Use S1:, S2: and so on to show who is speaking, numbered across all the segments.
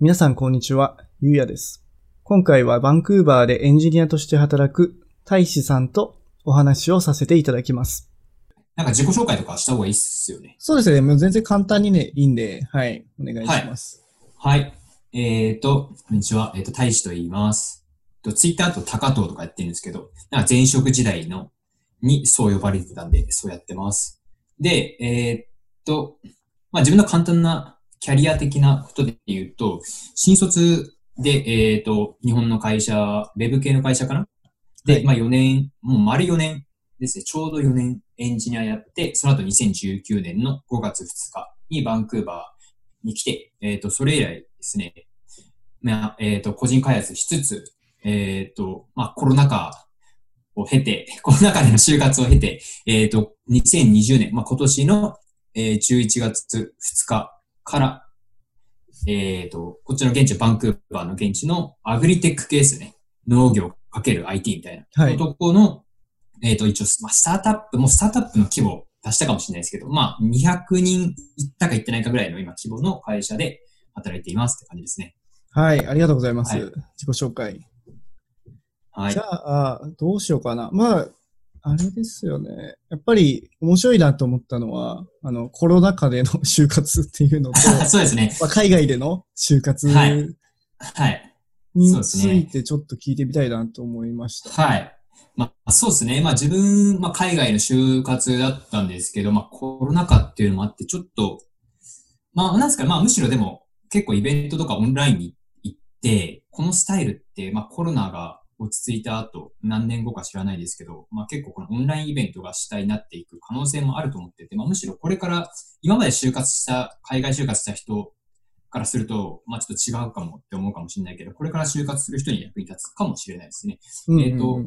S1: 皆さんこんにちは、ゆうやです。今回はバンクーバーでエンジニアとして働く大志さんとお話をさせていただきます。
S2: なんか自己紹介とかした方がいいっすよね。
S1: そうですね、もう全然簡単にね、いいんで、はい、お願いします。
S2: はい。えっ、ー、と、こんにちは。えっ、と、大使と言います。と、ツイッターと高藤とかやってるんですけど、なんか前職時代の、にそう呼ばれてたんで、そうやってます。で、えっ、と、まあ自分の簡単なキャリア的なことで言うと、新卒で、えっ、と、日本の会社、ウェブ系の会社かなで、
S1: はい
S2: まあ4年、もう丸4年ですね、ちょうど4年エンジニアやって、その後2019年の5月2日にバンクーバーに来て、えっ、と、それ以来ですね、まあ、えっ、と、個人開発しつつ、えっ、と、まあ、コロナ禍を経て、 コロナ禍での就活を経て、えっ、と、2020年、まあ、今年の、えー11月2日から、えっ、と、こっちの現地、バンクーバーの現地のアグリテック系ですね。農業かける i t みたいな。
S1: はい
S2: のとこの、えっ、と、一応、まあ、スタートアップ、もうスタートアップの規模を出したかもしれないですけど、まあ、200人いったかいってないかぐらいの今規模の会社で働いていますって感じですね。
S1: はい、ありがとうございます。
S2: はい
S1: 自己紹介。
S2: はい
S1: じゃ。あ、どうしようかな。まあ、あれですよね。やっぱり面白いなと思ったのは、あの、コロナ禍での就活っていうの と、
S2: そうですね。
S1: まあ、海外での就活
S2: はいはい。
S1: についてちょっと聞いてみたいなと思いました。
S2: はい。まあ、そうですね。まあ、自分、まあ、海外の就活だったんですけど、まあ、コロナ禍っていうのもあって、ちょっと、まあ、なんですかね、まあ、むしろでも、結構イベントとかオンラインに行って、このスタイルって、まあ、コロナが落ち着いた後、何年後か知らないですけど、まあ、結構このオンラインイベントが主体になっていく可能性もあると思ってて、まあ、むしろこれから、今まで就活した、海外就活した人からすると、まあ、ちょっと違うかもって思うかもしれないけど、これから就活する人に役に立つかもしれないですね。
S1: うん
S2: えーと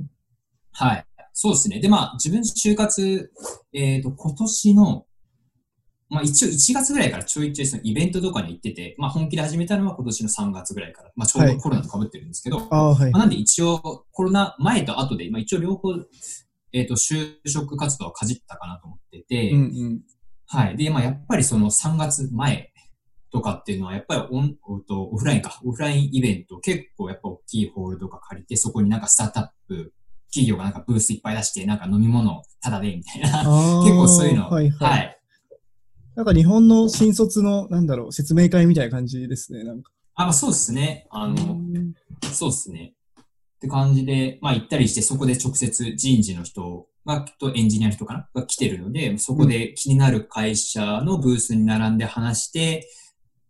S2: はい。そうですね。で、まあ、自分就活、えっ、と、今年の、まあ一応1月ぐらいからちょいちょいそのイベントとかに行ってて、まあ本気で始めたのは今年の3月ぐらいから、まあちょう
S1: は
S2: ど
S1: い
S2: コロナと被ってるんですけど、
S1: ああ、はい
S2: まあ。なんで一応コロナ前と後で、まあ一応両方、えっ、と、就職活動はかじったかなと思ってて、
S1: うんうん。
S2: はい。で、まあ、やっぱりその3月前とかっていうのは、やっぱりオン、おっとオフラインか、オフラインイベント、結構やっぱ大きいホールとか借りて、そこになんかスタートアップ、企業がなんかブースいっぱい出して、なんか飲み物タダで、みたいな。
S1: あー
S2: 結構そういうの。
S1: はいはい。
S2: はい。
S1: なんか日本の新卒の、なんだろう、説明会みたいな感じですね、なんか。
S2: あ、まあ、そうですね。あの、
S1: うん
S2: そうですね。って感じで、まあ行ったりして、そこで直接人事の人が、とエンジニアの人かなが来てるので、そこで気になる会社のブースに並んで話して、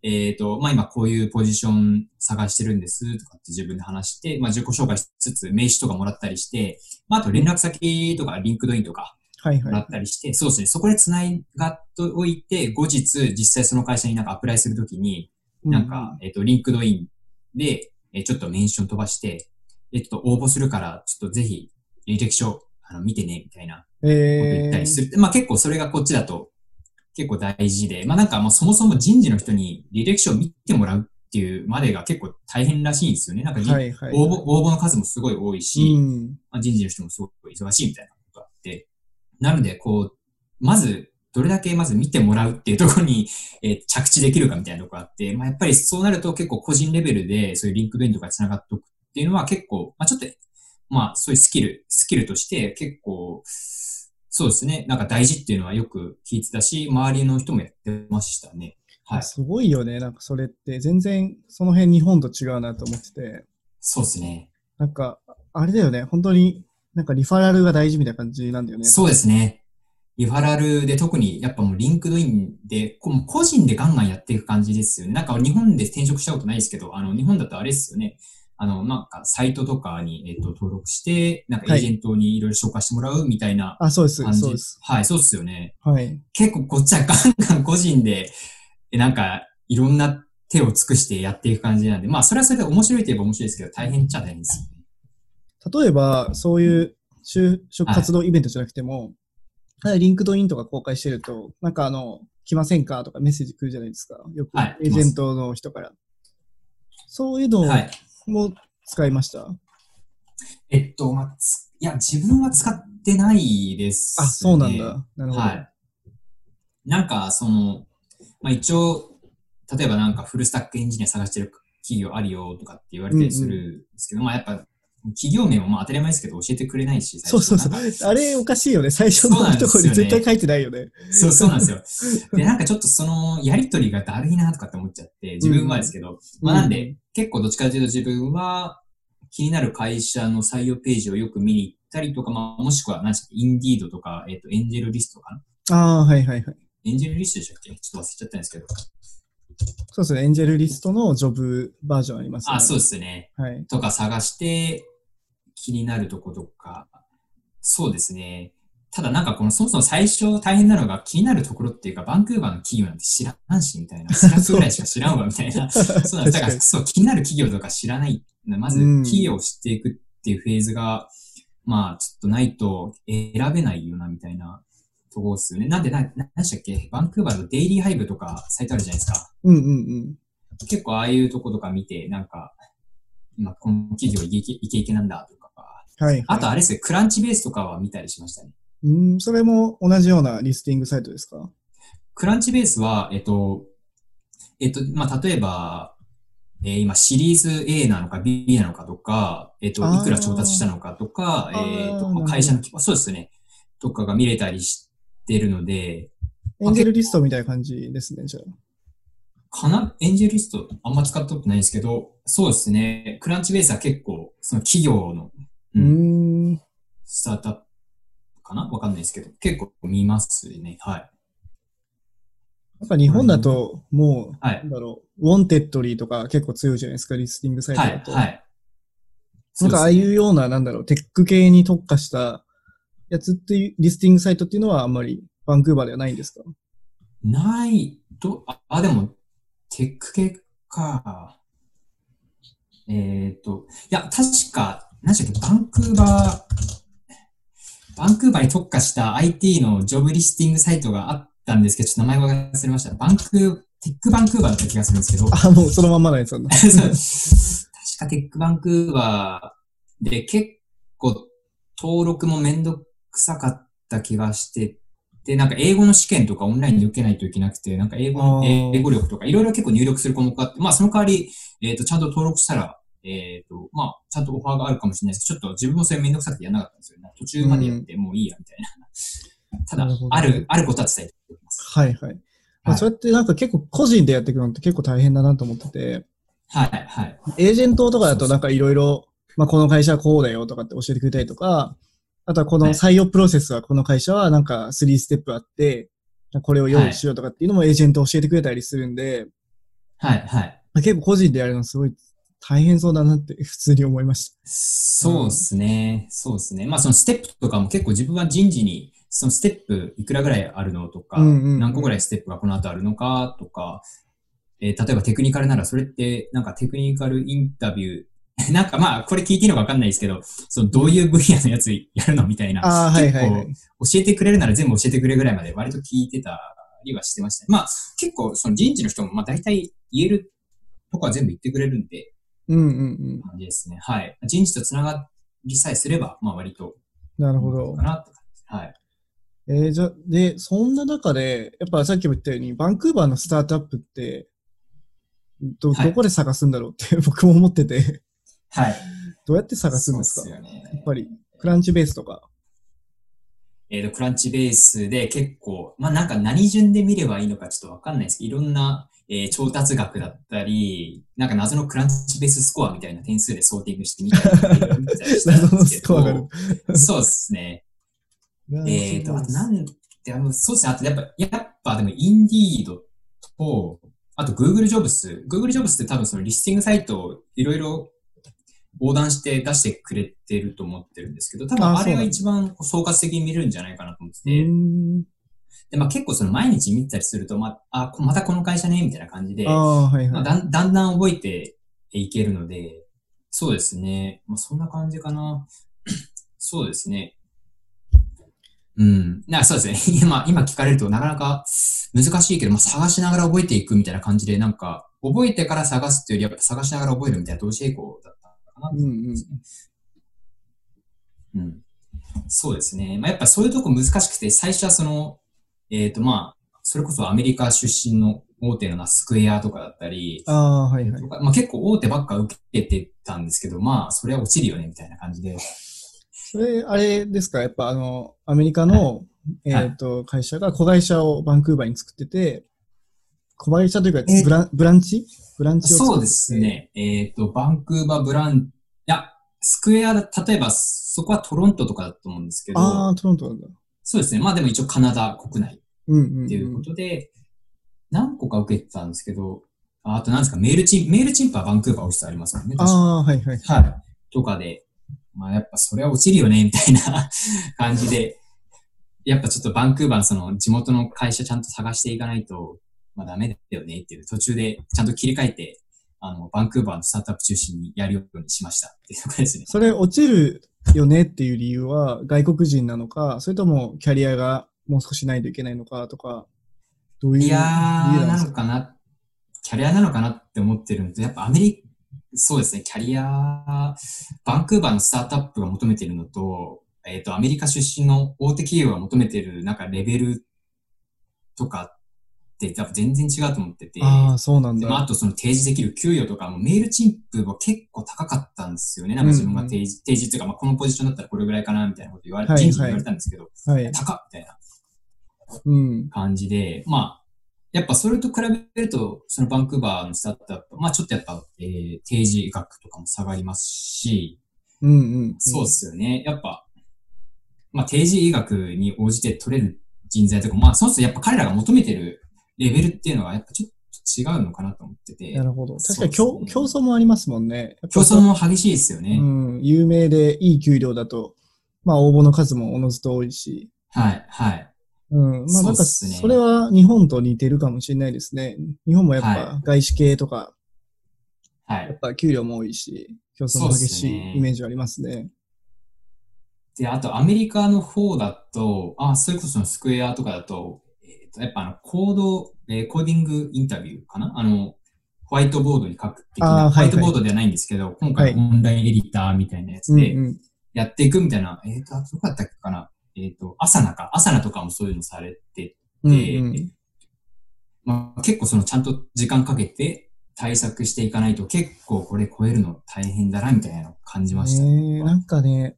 S2: えっ、と、まあ今こういうポジション探してるんですとかって自分で話して、まあ自己紹介しつつ名刺とかもらったりして、まああと連絡先とかリンクドインとか
S1: はい
S2: もら
S1: は
S2: ったりして、そうですね。そこで繋がっておいて、後日実際その会社になんかアプライするときに、
S1: い。
S2: なんか、えっ、と、リンクドインで、えーちょっとメンション飛ばして、えっ、と、応募するから、ちょっとぜひ、履歴書、あの、見てね、みたいな
S1: うん、
S2: こと言
S1: え
S2: ったりす
S1: ー、
S2: る。まあ結構それがこっちだと、結構大事で、まあなんかもうそもそも人事の人に履歴書を見てもらうっていうまでが結構大変らしいんですよね。なんかり、
S1: はいはい。
S2: 応募、応募の数もすごい多いし、
S1: うん。
S2: まあ、人事の人もすごく忙しいみたいなことがあって、なので、こう、まず、どれだけまず見てもらうっていうところに、 えー着地できるかみたいなところがあって、まあ、やっぱりそうなると結構個人レベルで、そういうリンクドインとかに繋がっておくっていうのは結構、まあ、ちょっと、まあ、そういうスキル、スキルとして結構、そうですね、なんか大事っていうのはよく聞いてたし、周りの人もやってましたね。はい。
S1: すごいよね、なんかそれって。全然、その辺日本と違うなと思ってて。
S2: そうですね。
S1: なんか、あれだよね、本当に、なんかリファラルが大事みたいな感じなんだよね。
S2: そうですね。リファラルで特にやっぱもうリンクドインで、こう個人でガンガンやっていく感じですよね。なんか日本で転職したことないですけど、あの日本だとあれですよね。あの、なんかサイトとかに、えっと、登録して、なんかエージェントにいろいろ紹介してもらうみたいな
S1: あ、そうです
S2: 感、じ。
S1: そうです。
S2: はい、そうですよね。
S1: はい。
S2: 結構こっちはガンガン個人で、えなんかいろんな手を尽くしてやっていく感じなんで、まあそれはそれで面白いといえば面白いですけど、大変っちゃ大変ですよね。
S1: 例えば、そういう就職活動イベントじゃなくても、はい、リンクドインとか公開してると、なんかあの、来ませんかとかメッセージ来るじゃないですか。よく、
S2: はい
S1: エージェントの人から。そういうの
S2: はい。
S1: も使いました。
S2: えっと、まあ、ついや、自分は使ってないです、
S1: あ、そうなんだ。。なるほど。
S2: はい。なんか、その、まあ一応、例えばなんかフルスタックエンジニア探してる企業あるよとかって言われたりするんですけど、まあやっぱ、企業名もまあ当たり前ですけど教えてくれないし、
S1: そうそうそう
S2: なんか
S1: あれおかしいよね。最初の
S2: そうなんで
S1: とこ
S2: すよ
S1: ろに
S2: ね
S1: 絶対書いてないよね。
S2: そう、そうなんですよ。で、なんかちょっとその、やりとりがだるいなとかって思っちゃって、自分はですけど、まあなんで、結構どっちかというと自分は、気になる会社の採用ページをよく見に行ったりとか、まあもしくは、何でしたっけ、インディードとか、えっ、と、エンジェルリストかな
S1: ああ、はいはいはい。
S2: エンジェルリストでしたっけちょっと忘れちゃったんですけど。
S1: そうですね。エンジェルリストのジョブバージョンありますね。
S2: あ、そうですね。
S1: はい。
S2: とか探して、気になるとことか。そうですね。ただなんかこの、そもそも最初大変なのが気になるところっていうか、バンクーバーの企業なんて知らんし、みたい な。スラックぐらいしか知らんわ、みたいな。 そうなんです。だから、そう、気になる企業とか知らない。まず
S1: うん、
S2: 企業を知っていくっていうフェーズが、まあ、ちょっとないと選べないよな、みたいなところですよね。なんで、な、なんでしたっけバンクーバーのデイリーハイブとかサイトあるじゃないですか。
S1: うんうんうん。
S2: 結構ああいうとことか見て、なんか、今、この企業イケイケイケイケなんだ、とか。
S1: はい、はい。
S2: あと、あれですね、クランチベースとかは見たりしましたね。
S1: うん、それも同じようなリスティングサイトですか
S2: クランチベースは、えっと、えっと、まあ、例えば、えー今、シリーズ A なのか B なのかとか、えっと
S1: あ、ー
S2: いくら調達したのかとか、え
S1: あー
S2: ー
S1: なるほ
S2: と、
S1: ど
S2: 会社の規模、そうですね、とかが見れたりしてるので、
S1: エンジェルリストみたいな感じですね、じゃあ。
S2: かな、エンジェルリストあんま使ったことないんですけど、そうですね、クランチベースは結構、その企業の
S1: う
S2: うん
S1: ーん。
S2: スタートアップかなわかんないですけど、結構見ますね、はい。
S1: やっぱ日本だと、もう、
S2: はい
S1: なんだろう、ウォンテッドリーとか結構強いじゃないですか、リスティングサイト
S2: は
S1: だ
S2: い、
S1: と。
S2: はい。
S1: なんかああいうような、なんだろう、テック系に特化したやつっていう、リスティングサイトっていうのはあんまりバンクーバーではないんですか
S2: ない、と、あ、あでも、テック系か。えっ、と、いや、確か、何でしたっけ、バンクーバー、バンクーバーに特化した IT のジョブリスティングサイトがあったんですけど、ちょっと名前が忘れました。バンク、テックバンクーバーだった気がするんですけど、
S1: あ、もうそのまんまのやつなんだ。
S2: そう確かテックバンクーバーで結構登録もめんどくさかった気がして、で、なんか英語の試験とかオンラインで受けないといけなくて、なんか英語
S1: あ
S2: の、
S1: ー
S2: 英語力とかいろいろ結構入力する項目があって、まあその代わり、えっ、と、ちゃんと登録したら、えっ、と、まあ、ちゃんとオファーがあるかもしれないですけど、ちょっと自分もそれめんどくさくてやらなかったんですよね。途中までやってもういいや、みたいな。ただ、
S1: なるほど
S2: ある、あることは伝えておきます。
S1: はいはい。ま
S2: は
S1: あ、
S2: い
S1: そうやってなんか結構個人でやっていくのって結構大変だなと思ってて、
S2: はい、はい。
S1: エージェントとかだとなんかいろいろ、まあ、この会社はこうだよとかって教えてくれたりとか、あとはこの
S2: はい
S1: 採用プロセスはこの会社はなんか3ステップあって、これを用意しようとかっていうのもエージェント教えてくれたりするんで、
S2: はい、はい。
S1: まあ結構個人でやるのすごい大変そうだなって普通に思いまし
S2: そうですね。そうですね。まあそのステップとかも結構自分は人事に、そのステップいくらぐらいあるのとか、
S1: うんうんうん
S2: 何個ぐらいステップがこの後あるのかとか、えー例えばテクニカルならそれってなんかテクニカルインタビュー、 なんかまあこれ聞いていいのかわかんないですけど、そのどういう分野のやつやるのみたいな。
S1: た。ああ、はいはいはい。
S2: 教えてくれるなら全部教えてくれぐらいまで割と聞いてたりはしてましたね。まあ結構その人事の人もまあ大体言えるとこは全部言ってくれるんで、
S1: うんうんうん。
S2: 感じですね。はい。人事とつながりさえすれば、まあ割と、
S1: なるほど
S2: か。なって感じ。はい。
S1: えー、じゃ、で、そんな中で、やっぱさっきも言ったように、バンクーバーのスタートアップって、ど、
S2: はい
S1: どこで探すんだろうって僕も思ってて、
S2: はい。
S1: どうやって探すんですか
S2: そうよ
S1: や
S2: ね
S1: っ。ぱり、クランチベースとか。
S2: えっ、と、クランチベースで結構、まあなんか何順で見ればいいのかちょっとわかんないですけど、いろんな、えー調達額だったり、なんか謎のクランチベーススコアみたいな点数でソーティングしてみたりとかいろいろ見たりした んですけど。
S1: 謎のスコアがある。
S2: そうですね。えーと、あとなんて、あの、そうですね、あとやっぱ、やっぱでも、インディードと、あと Google ジョブス。Google ジョブスって多分そのリスティングサイトをいろいろ横断して出してくれてると思ってるんですけど、多分
S1: あー
S2: あれ
S1: そうな
S2: が
S1: んだ
S2: 一番総括的に見れるんじゃないかなと思って
S1: う
S2: て、
S1: ーん。
S2: でまあ、結構その毎日見てたりすると、まあ、あ、こまたこの会社ね、みたいな感じで、
S1: ああ、はい
S2: ま
S1: は
S2: あ、
S1: い。
S2: だんだんだん覚えていけるので、そうですね。まあ、そんな感じかな。 そうですね。うん。なそうですね。 今、今聞かれるとなかなか難しいけど、まあ、探しながら覚えていくみたいな感じで、なんか、覚えてから探すっていうより、やっぱ探しながら覚えるみたいな同時並行だったのか
S1: う
S2: な
S1: んうん。
S2: うんそうですね。まあ、やっぱそういうとこ難しくて、最初はその、えっ、とまあ、それこそアメリカ出身の大手のなスクエアとかだったり、
S1: ああ、はいはい
S2: と。かまあ、結構大手ばっか受けてたんですけど、まあ、それは落ちるよね、みたいな感じで。
S1: それ、あれですかやっぱあの、アメリカの、えっ、
S2: はい
S1: と、会社が子会社をバンクーバーに作ってて、子会社というか
S2: え、
S1: ブランブランチブランチを作ってて
S2: そうです。ね。えっ、と、バンクーバーブラン、いや、スクエアだ、例えば、そこはトロントとかだと思うんですけ
S1: あ
S2: ど、
S1: あ、トロントなんだ。
S2: そうですね。まあでも一応カナダ国内
S1: うんうん、うん。
S2: っていうことで、何個か受けてたんですけど、ああと何ですか、メールチン、メールチンプはバンクーバーオフィスありますもんね。確か
S1: ああ、はいはい。
S2: はい。とかで、まあやっぱそれは落ちるよね、みたいな 感じで、やっぱちょっとバンクーバーのその地元の会社ちゃんと探していかないと、まあダメだよねっていう、途中でちゃんと切り替えて、あの、バンクーバーのスタートアップ中心にやるようにしましたっていうところですね。
S1: それ落ちるよねっていう理由は外国人なのか、それともキャリアがもう少しないといけないのかとか、どういう理
S2: い
S1: 由
S2: やー、
S1: なんで
S2: な
S1: す
S2: の
S1: か
S2: かな、キャリアなのかなって思ってるんで、やっぱアメリカ、そうですね、キャリア、バンクーバーのスタートアップが求めてるのと、えっ、と、アメリカ出身の大手企業が求めてる、なんかレベルとかって、多分全然違うと思ってて、
S1: ああ、そうなん
S2: でまあ、
S1: だ。
S2: あとその提示できる給与とかもメールチンプは結構高かったんですよね。なんか自分が提示、提示っていうか、まあ、このポジションだったらこれぐらいかな、みたいなこと言われ、
S1: はいはい
S2: 人事に言われたんですけど、
S1: はい。
S2: 高っみたいな。
S1: うん。
S2: 感じで、まあ、やっぱそれと比べると、そのバンクーバーのスタートアップ、まあちょっとやっぱ、えー、定時額とかも下がりますし、
S1: うんうん。
S2: そうですよね。やっぱ、まあ定時額に応じて取れる人材とか、まあそもそもやっぱ彼らが求めてるレベルっていうのはやっぱちょっと違うのかなと思ってて
S1: な、るほど。確
S2: そ
S1: かに
S2: うです
S1: 競,、
S2: ね
S1: 競争もありますもんね。
S2: 競争も激しいですよね。
S1: うん。有名でいい給料だと、まあ応募の数もおのずと多いし。
S2: はい、はい。
S1: うん。まあなん
S2: そう
S1: か、
S2: っすね
S1: それは日本と似てるかもしれないですね。日本もやっぱ外資系とか、
S2: はい
S1: や。っぱ給料も多いし、競争も激しいイメージはありますね。
S2: で、あとアメリカの方だと、あ、それこそそのスクエアとかだと、えっと、やっぱあの、コード、えーコーディングインタビューかなあの、ホワイトボードに書く的
S1: あーはい
S2: な、ホワ
S1: はい
S2: イトボードではないんですけど、今
S1: はい
S2: 回オンラインエディターみたいなやつ
S1: うん
S2: で
S1: うん。
S2: やっていくみたいな、えっと、あとどこだったっけかなえっと、アサナか、アサナとかもそういうのされて
S1: うん
S2: でまあ、結構そのちゃんと時間かけて対策していかないと結構これ超えるの大変だなみたいなのを感じ
S1: う
S2: ま
S1: ん。
S2: した。
S1: ねえなんかね、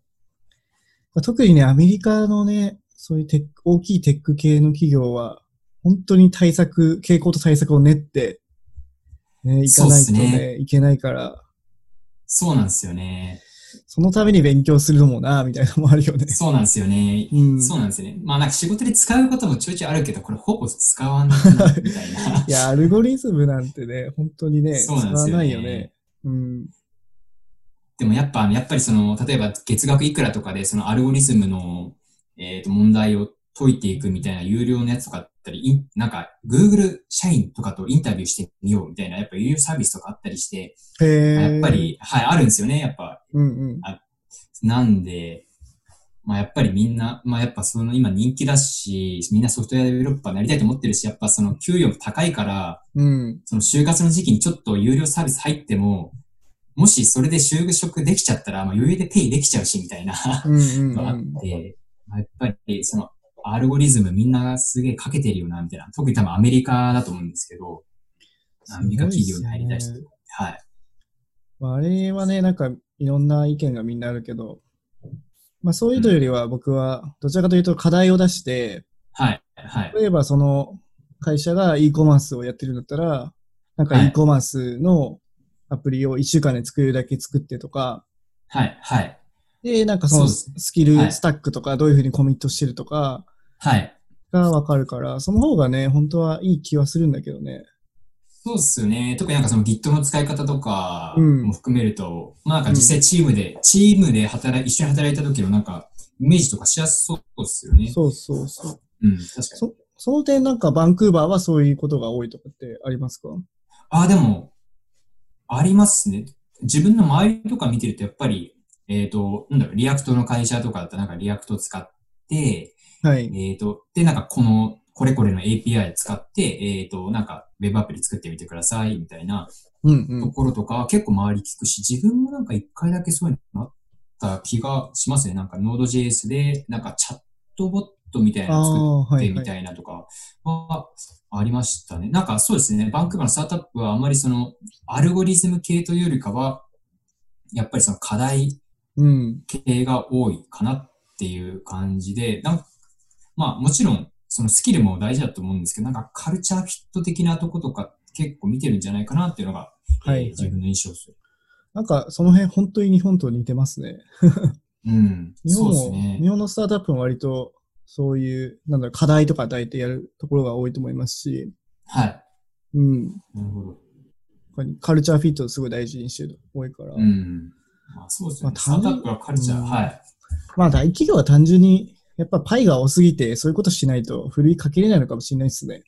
S1: 特にね、アメリカのね、そういうテック、大きいテック系の企業は、本当に対策、傾向と対策を練って、ね、いかないと
S2: そうっす
S1: ね、いけないから、
S2: そうなんですよね。
S1: そのために勉強するのもな、みたいなのもあるよね。
S2: そうなんですよね。
S1: うん。。
S2: そうなんですよね。まあなんか仕事で使うこともちょいちょいあるけど、これほぼ使わないなみたいな
S1: いや、アルゴリズムなんてね、本当にね、
S2: そうなんですよね
S1: 使わないよね。うん。
S2: でもやっぱ、やっぱりその、例えば月額いくらとかで、そのアルゴリズムの、えーと問題を解いていくみたいな有料のやつとかあったり、インなんか Google 社員とかとインタビューしてみようみたいな、やっぱ有料サービスとかあったりして、
S1: へえ。
S2: やっぱ、り、はい、あるんですよね、やっぱ。
S1: うんうん。
S2: なんで、まあやっぱりみんな、まあやっぱその今人気だし、みんなソフトウェアデベロッパーになりたいと思ってるし、やっぱその給与も高いから、
S1: うん。
S2: その就活の時期にちょっと有料サービス入っても、もしそれで就職できちゃったら、まあ、余裕でペイできちゃうし、みたいな
S1: うんうん
S2: のが
S1: う
S2: あっ
S1: ん。
S2: て、まあやっぱりそのアルゴリズムみんなすげえかけてるよな、みたいな。特に多分アメリカだと思うんですけど、アメリカ企業に入りたい
S1: すご
S2: 人
S1: いっすね。
S2: はい。
S1: まあ、あれはね、なんかいろんな意見がみんなあるけど、まあそういうのよりは僕はどちらかというと課題を出して、
S2: はい。はい。
S1: 例えばその会社が e コマースをやってるんだったら、なんか
S2: はい
S1: e コマースのアプリを1週間で作れるだけ作ってとか、
S2: はい。はい。
S1: で、なんかその
S2: そう
S1: スキル
S2: はい
S1: スタックとかどういうふうにコミットしてるとか
S2: はい。
S1: がわかるから、その方がね、本当はいい気はするんだけどね。
S2: そうっすよね。特になんかその Git の使い方とか
S1: うん
S2: も含めると、まあなんか実際チームで、チームで働い、一緒に働いた時のなんか、イメージとかしやすそうっすよね。
S1: そうそうそう。
S2: うん、確かに。
S1: そその点なんかバンクーバーはそういうことが多いとかってありますか
S2: あ、でも、ありますね。自分の周りとか見てると、やっぱり、えっと、なんだろう、リアクトの会社とかだったら、なんかリアクト使って、
S1: はい。
S2: えっと、で、なんかこの、これこれの API 使って、えっと、なんか、ウェブアプリ作ってみてください、みたいな
S1: うんうん
S2: と。ころとか、結構周り聞くし、自分もなんか一回だけそういうのあった気がしますね。なんか、Node.js で、なんかチャットボットみたいなの作っ
S1: あー、は
S2: て
S1: い、
S2: み
S1: はい。
S2: たいなとかはありましたね。なんかそうですね、バンクーバーのスタートアップはあんまりそのアルゴリズム系というよりかは、やっぱりその課題
S1: うん。
S2: 系が多いかなっていう感じで、なんまあもちろんそのスキルも大事だと思うんですけど、なんかカルチャーフィット的なとことか結構見てるんじゃないかなっていうのが、
S1: はい、は
S2: えー自
S1: い。
S2: 分の印象でする。
S1: なんか、その辺、本当に日本と似てますね。
S2: うん。
S1: 日
S2: そ
S1: 本
S2: うです
S1: も、日
S2: ね。
S1: 本のスタートアップも割と、そういう、なんだろう、課題とか抱いてやるところが多いと思いますし、
S2: はい。
S1: うん。
S2: なるほど。
S1: カルチャーフィットをすごい大事にしてる多いから。
S2: うん。まあ、そうですよね。
S1: まあ
S2: スタートアップはカルチャー、
S1: うん
S2: はい。
S1: まあ、大企業は単純に、やっぱパイが多すぎて、そういうことしないと、ふるいかけれないのかもしれないですね。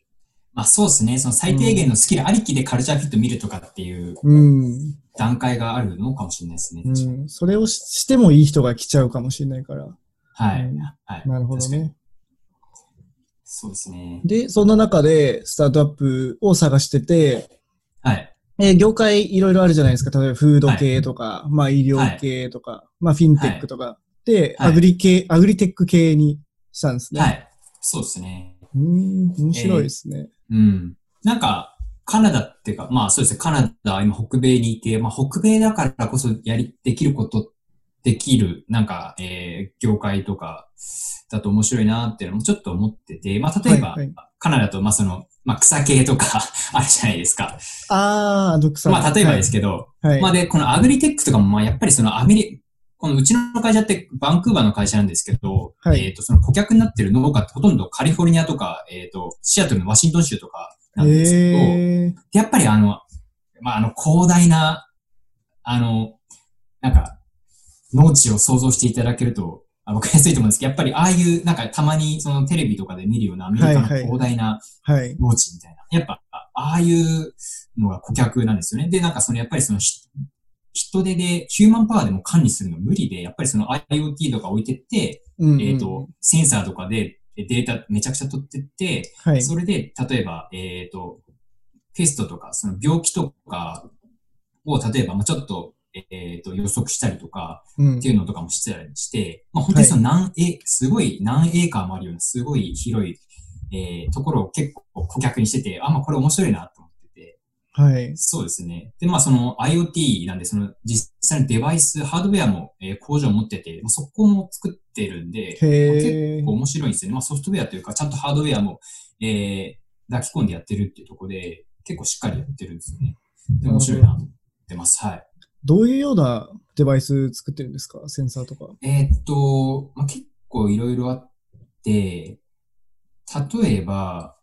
S2: まあそうですね。その最低限のスキルありきでカルチャーフィット見るとかっていう
S1: うん。
S2: 段階があるのかもしれないですね。
S1: うん。それをししてもいい人が来ちゃうかもしれないから。
S2: は
S1: う
S2: い
S1: ん。
S2: はい。
S1: なるほど
S2: 確かに。
S1: ね。
S2: そうですね。
S1: で、そんな中で、スタートアップを探してて、
S2: はい。
S1: えー業界いろいろあるじゃないですか。例えば、フード系とか、まあ、医療系とか、まあ、フィンテックとか。で、
S2: はい
S1: アグリ系、アグリテック系にしたんですね。
S2: はい。そうですね。
S1: うん、面白いですね。
S2: うん。なんか、カナダっていうか、まあそうですね。カナダ、今北米にいて、まあ北米だからこそやり、できること、できる、なんか、えー業界とか、だと面白いなっていうのもちょっと思ってて、まあ例えば、
S1: はいはい
S2: カナダと、まあその、まあ草系とか あるじゃないですか。
S1: あー、毒さん。
S2: まあ例えばですけど、
S1: はい。
S2: まあで、このアグリテックとかも、まあやっぱりそのアメリ、このうちの会社ってバンクーバーの会社なんですけど、
S1: はい
S2: えっ、と、その顧客になってる農家ってほとんどカリフォルニアとか、えっ、と、シアトルのワシントン州とかなんですけど、
S1: えー、
S2: やっぱりあの、まああの広大な、あの、なんか、農地を想像していただけると、あわかりやすいと思うんですけど、やっぱりああいう、なんかたまにそのテレビとかで見るようなアメリカの
S1: はいはい
S2: 広大な
S1: はい。
S2: 農地みたいな。やっぱ、あああいうのが顧客なんですよね。で、なんかその、やっぱりそのひ、人手で、ヒューマンパワーでも管理するの無理で、やっぱりその IoT とか置いてって、
S1: うんうん
S2: えっ、と、センサーとかでえデータめちゃくちゃ取ってって、
S1: はい。
S2: それで、例えば、えっ、と、ペストとか、その病気とかを、例えば、まあちょっと、えっ、と、予測したりとか、
S1: うん
S2: っていうのとかもしてたりして、まあ本当にその何え、すごい何エーカーもあるような、すごい広い、えーところを結構顧客にしてて、あ、まあこれ面白いなと思ってて、
S1: はい。
S2: そうですね。で、まあその IoT なんで、その実際のデバイス、ハードウェアも、えー工場を持ってて、まあ、そこも作ってるんで、
S1: へ
S2: 結
S1: ー
S2: 構面白いんですよね。まあソフトウェアというか、ちゃんとハードウェアも、えー抱き込んでやってるっていうところで、結構しっかりやってるんですよね。で、面白いなと思ってます。はい。
S1: どういうようなデバイス作ってるんですかセンサーとか。
S2: えーっと、まあ、結構いろいろあって、例えば、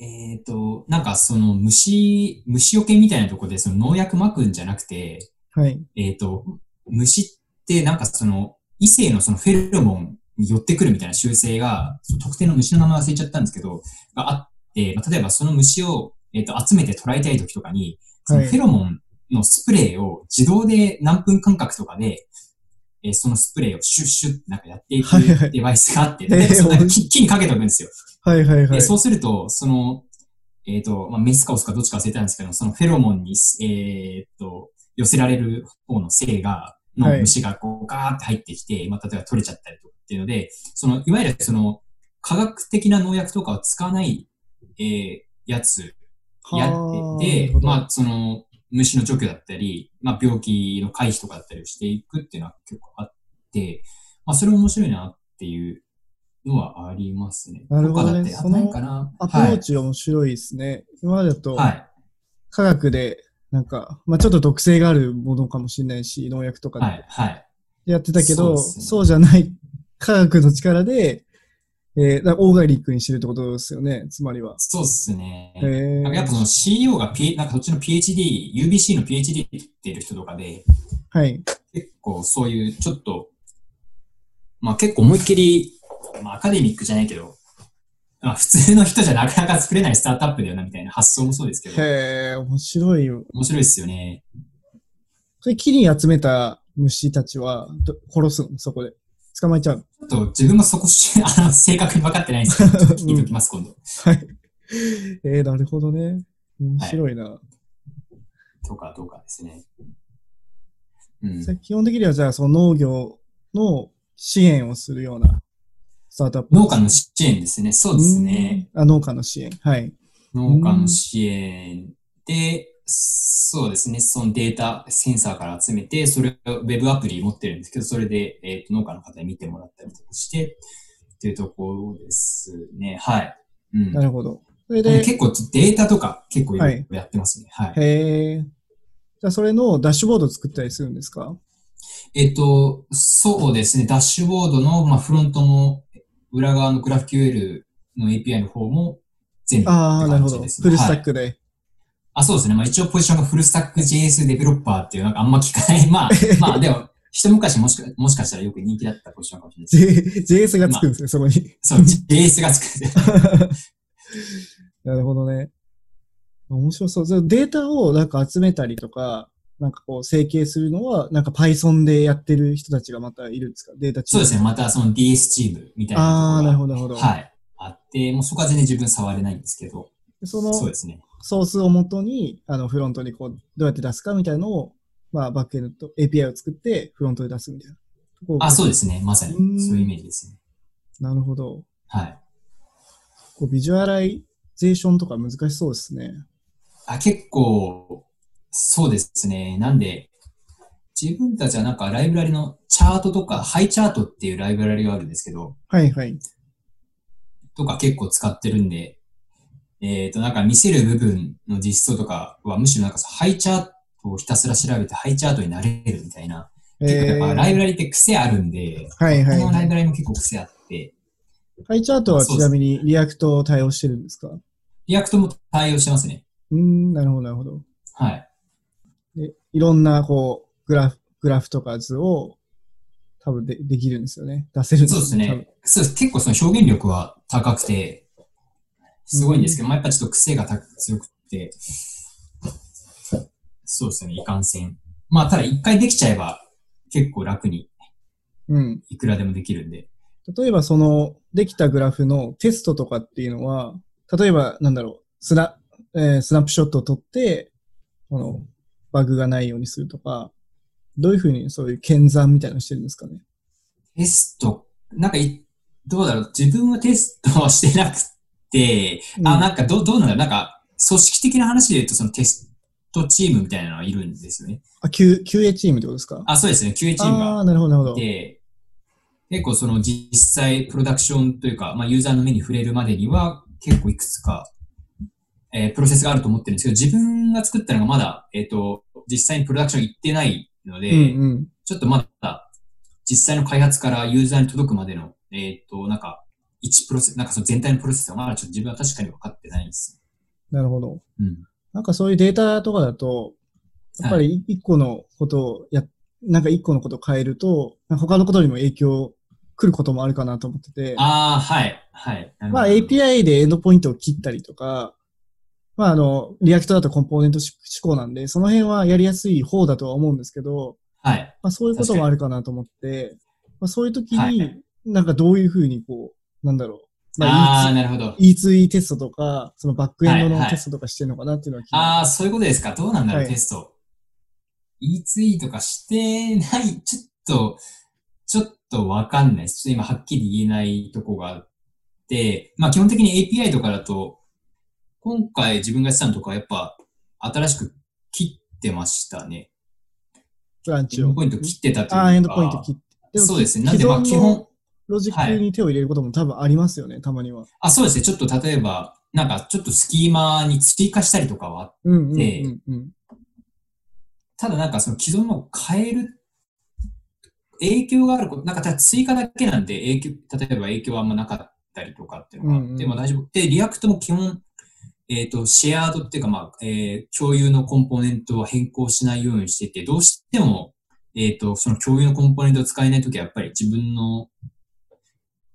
S2: えーっと、なんかその虫、虫除けみたいなとこでその農薬撒くんじゃなくて、
S1: はい。
S2: えーっと、虫ってなんかその異性のそのフェロモンに寄ってくるみたいな習性が、その特定の虫の名前忘れちゃったんですけど、があって、まあ、例えばその虫を、えーっと集めて捕らえたい時とかに、その
S1: はい
S2: フェロモンのスプレーを自動で何分間隔とかで、えーそのスプレーをシュッシュッってなんかやってい
S1: はいはい
S2: くデバイスがあって、
S1: えー
S2: 例えばそのなんか
S1: 面
S2: 木木にかけておくんですよ。
S1: はいはいは
S2: で
S1: い。
S2: そうすると、その、えっ、と、まあ、メスかオスかどっちか忘れたんですけど、そのフェロモンに、えっ、と、寄せられる方の性が、の
S1: はい
S2: 虫がこうガーって入ってきて、まあ、例えば取れちゃったりとかっていうので、その、いわゆるその、科学的な農薬とかを使わない、えーやつ
S1: は
S2: やっ
S1: ーな
S2: て
S1: る
S2: て
S1: ほ、ど
S2: まあ、その、虫の除去だったり、まあ、病気の回避とかだったりをしていくっていうのは結構あって、まあ、それ面白いなっていうのはありますね。
S1: なるほどね
S2: 他だってあんまりかな。
S1: アプローチ面白いですね。今までだと、
S2: はい。はい。
S1: 科学で、なんか、まあちょっと毒性があるものかもしれないし、農薬とか
S2: は
S1: で
S2: い。はい。
S1: やってたけど、
S2: そうですね
S1: そうじゃない 科学の力で、えー、だからオーガニックにしてるってことですよね、つまりは。
S2: そうですね。
S1: へー
S2: なんかやっぱその CEO が、P、なんかそっちの PhD、UBC の PhD って言ってる人とかで、
S1: はい。
S2: 結構そういうちょっと、まあ結構思いっきり、まあアカデミックじゃないけど、まあ普通の人じゃなかなか作れないスタートアップだよなみたいな発想もそうですけど、
S1: へえ、面白いよ。
S2: 面白いですよね。
S1: それ、木に集めた虫たちは、ど殺すのそこで。捕まえちゃ う。
S2: ちょっと自分もそこし、あの、正確に分かってないんですけど、ちょっと聞いておきます、今度。
S1: はい。 えー、なるほどね。面白いな。
S2: とか、とかですね。うん
S1: じゃ。あ基本的には、じゃあ、その農業の支援をするような、スタートアップ。
S2: 農家の支援ですね。そうですね。
S1: うん。あ、農家の支援。はい。
S2: 農家の支援で、そうですね。そのデータ、センサーから集めて、それをウェブアプリ持ってるんですけど、それで、えーと農家の方に見てもらったりとかして、っていうところですね。はい。うん
S1: な。るほど。それ
S2: うん
S1: で、
S2: 結構データとか結構いろ
S1: はい
S2: いろやってますね。はい。
S1: へえ。じゃあ、それのダッシュボード作ったりするんですか
S2: えっと、そうですね。ダッシュボードの、まあ、フロントも、裏側の GraphQL の API の方も全部
S1: ああ、
S2: って
S1: なる
S2: 感
S1: ほ
S2: じ
S1: ど。
S2: です
S1: フ
S2: ね
S1: ルスタッ
S2: はい
S1: クで。
S2: あ、そうですね。まあ一応ポジションがフルスタック JS デベロッパーっていう、なんかあんま聞かない。 まあ、まあでも、一昔もしかもしかしたらよく人気だったポジションかもしれないです。
S1: J- JS がつくんですね、そこ に。
S2: そう、JS が作って
S1: なるほどね。面白そう。じゃあデータをなんか集めたりとか、なんかこう整形するのは、なんか Python でやってる人たちがまたいるんですかデータチ
S2: そうです
S1: ね。
S2: ね。またその DS チームみたい
S1: あ
S2: な
S1: あ、
S2: とこ
S1: な
S2: ろ
S1: るほど、なるほど。
S2: が。はい。あって、もうそこは全然自分触れないんですけど、
S1: その
S2: そうですね。
S1: ソースをもとに、あの、フロントにこう、どうやって出すかみたいなのを、まあ、バックエンドと API を作って、フロントで出すみたいなところ。
S2: あ、そうですね。まさに、そういうイメージですね。
S1: なるほど。
S2: はい。
S1: こう、ビジュアライゼーションとか難しそうですね。
S2: あ、結構、そうですね。なんで、自分たちはなんかライブラリのチャートとか、ハイチャートっていうライブラリがあるんですけど、
S1: はいはい。
S2: とか結構使ってるんで、えっ、と、なんか見せる部分の実装とかは、むしろなんかさハイチャートをひたすら調べて、ハイチャートになれるみたいな。結構やっぱライブラリって癖あるんで、
S1: はいはい、
S2: この
S1: は
S2: ライ
S1: い。
S2: ブラリも結構癖あって、
S1: ハイチャートはちなみにリアクトを対応してるんですかう
S2: リアクトも対応してますね。
S1: ーん、なるほど、なるほど。
S2: はい。
S1: で、いろんな、こう、グラフ、グラフとか図を、多分でできるんですよね。出せるん
S2: そうです
S1: 多分
S2: ね。そうです結構その表現力は高くて、すごいんですけど、まあ、やっぱちょっと癖が高く強くて、そうですね、いかんせん。まあ、ただ一回できちゃえば結構楽に
S1: うん。
S2: いくらでもできるんで。
S1: 例えば、その、できたグラフのテストとかっていうのは、例えば、なんだろう、スナ、えースナップショットを撮って、この、バグがないようにするとか、どういうふうにそういう検算みたいなのしてるんですかね。
S2: テスト、なんかい、どうだろう、自分はテストはしてなくて、
S1: う
S2: あ、
S1: ん
S2: なんかどう、どうなんだろう、なんか、組織的な話で言うと、そのテストチームみたいなのはいるんですよね。
S1: あ、Q、QA チームってことですか
S2: あ、そうですね、QA チームが
S1: ああー、なるほど、なるほど。
S2: で、結構その実際プロダクションというか、まあユーザーの目に触れるまでには結構いくつか、えープロセスがあると思ってるんですけど、自分が作ったのがまだ、えっ、と、実際にプロダクション行ってないので、
S1: うんうん。
S2: ちょっとまだ実際の開発からユーザーに届くまでの、えっ、と、なんか、一プロセス、なんかその全体のプロセスがまだちょっと自分は確かに分かってないんです。
S1: なるほど。
S2: うん。
S1: なんかそういうデータとかだと、やっぱり一個のことをや、なんか一個のことを変えると、なんか他のことにも影響来ることもあるかなと思ってて、
S2: ああ、はい、はい。なるほ
S1: まあ
S2: ど
S1: API でエンドポイントを切ったりとか、まああの、リアクトだとコンポーネント思考なんで、その辺はやりやすい方だとは思うんですけど、
S2: はい。
S1: まあそういうこともあるかなと思って、まあそういう時に、
S2: はい
S1: なんかどういうふうにこう、なんだろう、
S2: あ
S1: ま
S2: あ、
S1: あ
S2: なるほど。
S1: E2E テストとか、そのバックエンド
S2: はい
S1: の
S2: はい
S1: テストとかしてるのかなっていうのは聞いて
S2: ああ、そういうことですか。どうなんだろう、
S1: はい
S2: テスト。e ツイとかしてない、ちょっと、ちょっとわかんないです。ちょっと今はっきり言えないとこがあって、まあ基本的に API とかだと、今回自分がやってたのとかはやっぱ新しく切ってましたね。
S1: ブラン
S2: エン
S1: チ
S2: ド
S1: を。
S2: ポイント切ってたというか。
S1: ああ、エンドポイント切って。でも
S2: そうですね。なん
S1: 既
S2: でまあ
S1: 存
S2: 基
S1: の
S2: 本、
S1: ロジックに手を入れることも多分ありますよね、たまには。
S2: あ、そうですね。ちょっと例えば、なんかちょっとスキーマに追加したりとかはあっ
S1: うんうんう
S2: で
S1: んうん。
S2: ただなんかその既存のを変える、影響があること、なんかただ追加だけなんで影響、例えば影響はあんまなかったりとかっていうのがあって、
S1: うんうん
S2: まあ大丈夫。で、リアクトも基本、えっ、と、シェアードっていうか、まあ、えー共有のコンポーネントは変更しないようにしてて、どうしても、えっ、と、その共有のコンポーネントを使えないときは、やっぱり自分の、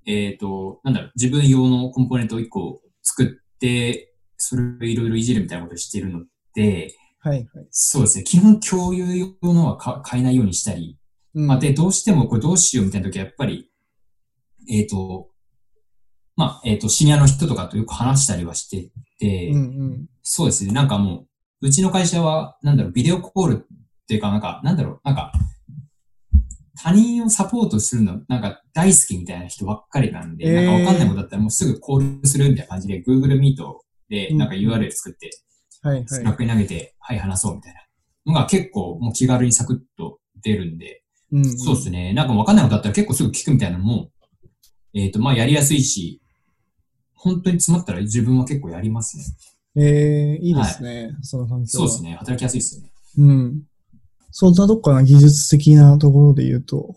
S2: えっ、と、なんだろう、自分用のコンポーネントを1個作って、それをいろいろいじるみたいなことをしてるので、
S1: はいはい。
S2: そうですね。基本共有用のはか買えないようにしたり。
S1: うん
S2: まあ、で、どうしてもこれどうしようみたいな時はやっぱり、えっ、と、まあ、えっ、と、シニアの人とかとよく話したりはしてて、
S1: うんうん。
S2: そうですね。なんかもう、うちの会社は、なんだろう、ビデオコールっていうか、なんか、なんだろう、なんか、他人をサポートするの、なんか大好きみたいな人ばっかりなんで、
S1: えー
S2: なんかわかんないことだったらもうすぐコールするみたいな感じで、Google Meet でなんか URL 作って、
S1: はい
S2: スラッ
S1: は
S2: クに投げて、はい、話そうみたいなのが結構もう気軽にサクッと出るんで、
S1: い。ん
S2: そうですね。なんかわかんないことだったら結構すぐ聞くみたいなのも、えっ、と、まあやりやすいし、本当に詰まったら自分は結構やりますね。
S1: ええいいですね。その環境
S2: そう
S1: は。
S2: ですね。働きやすいですよね。
S1: うん。そんなとこかな、技術的なところで言うと。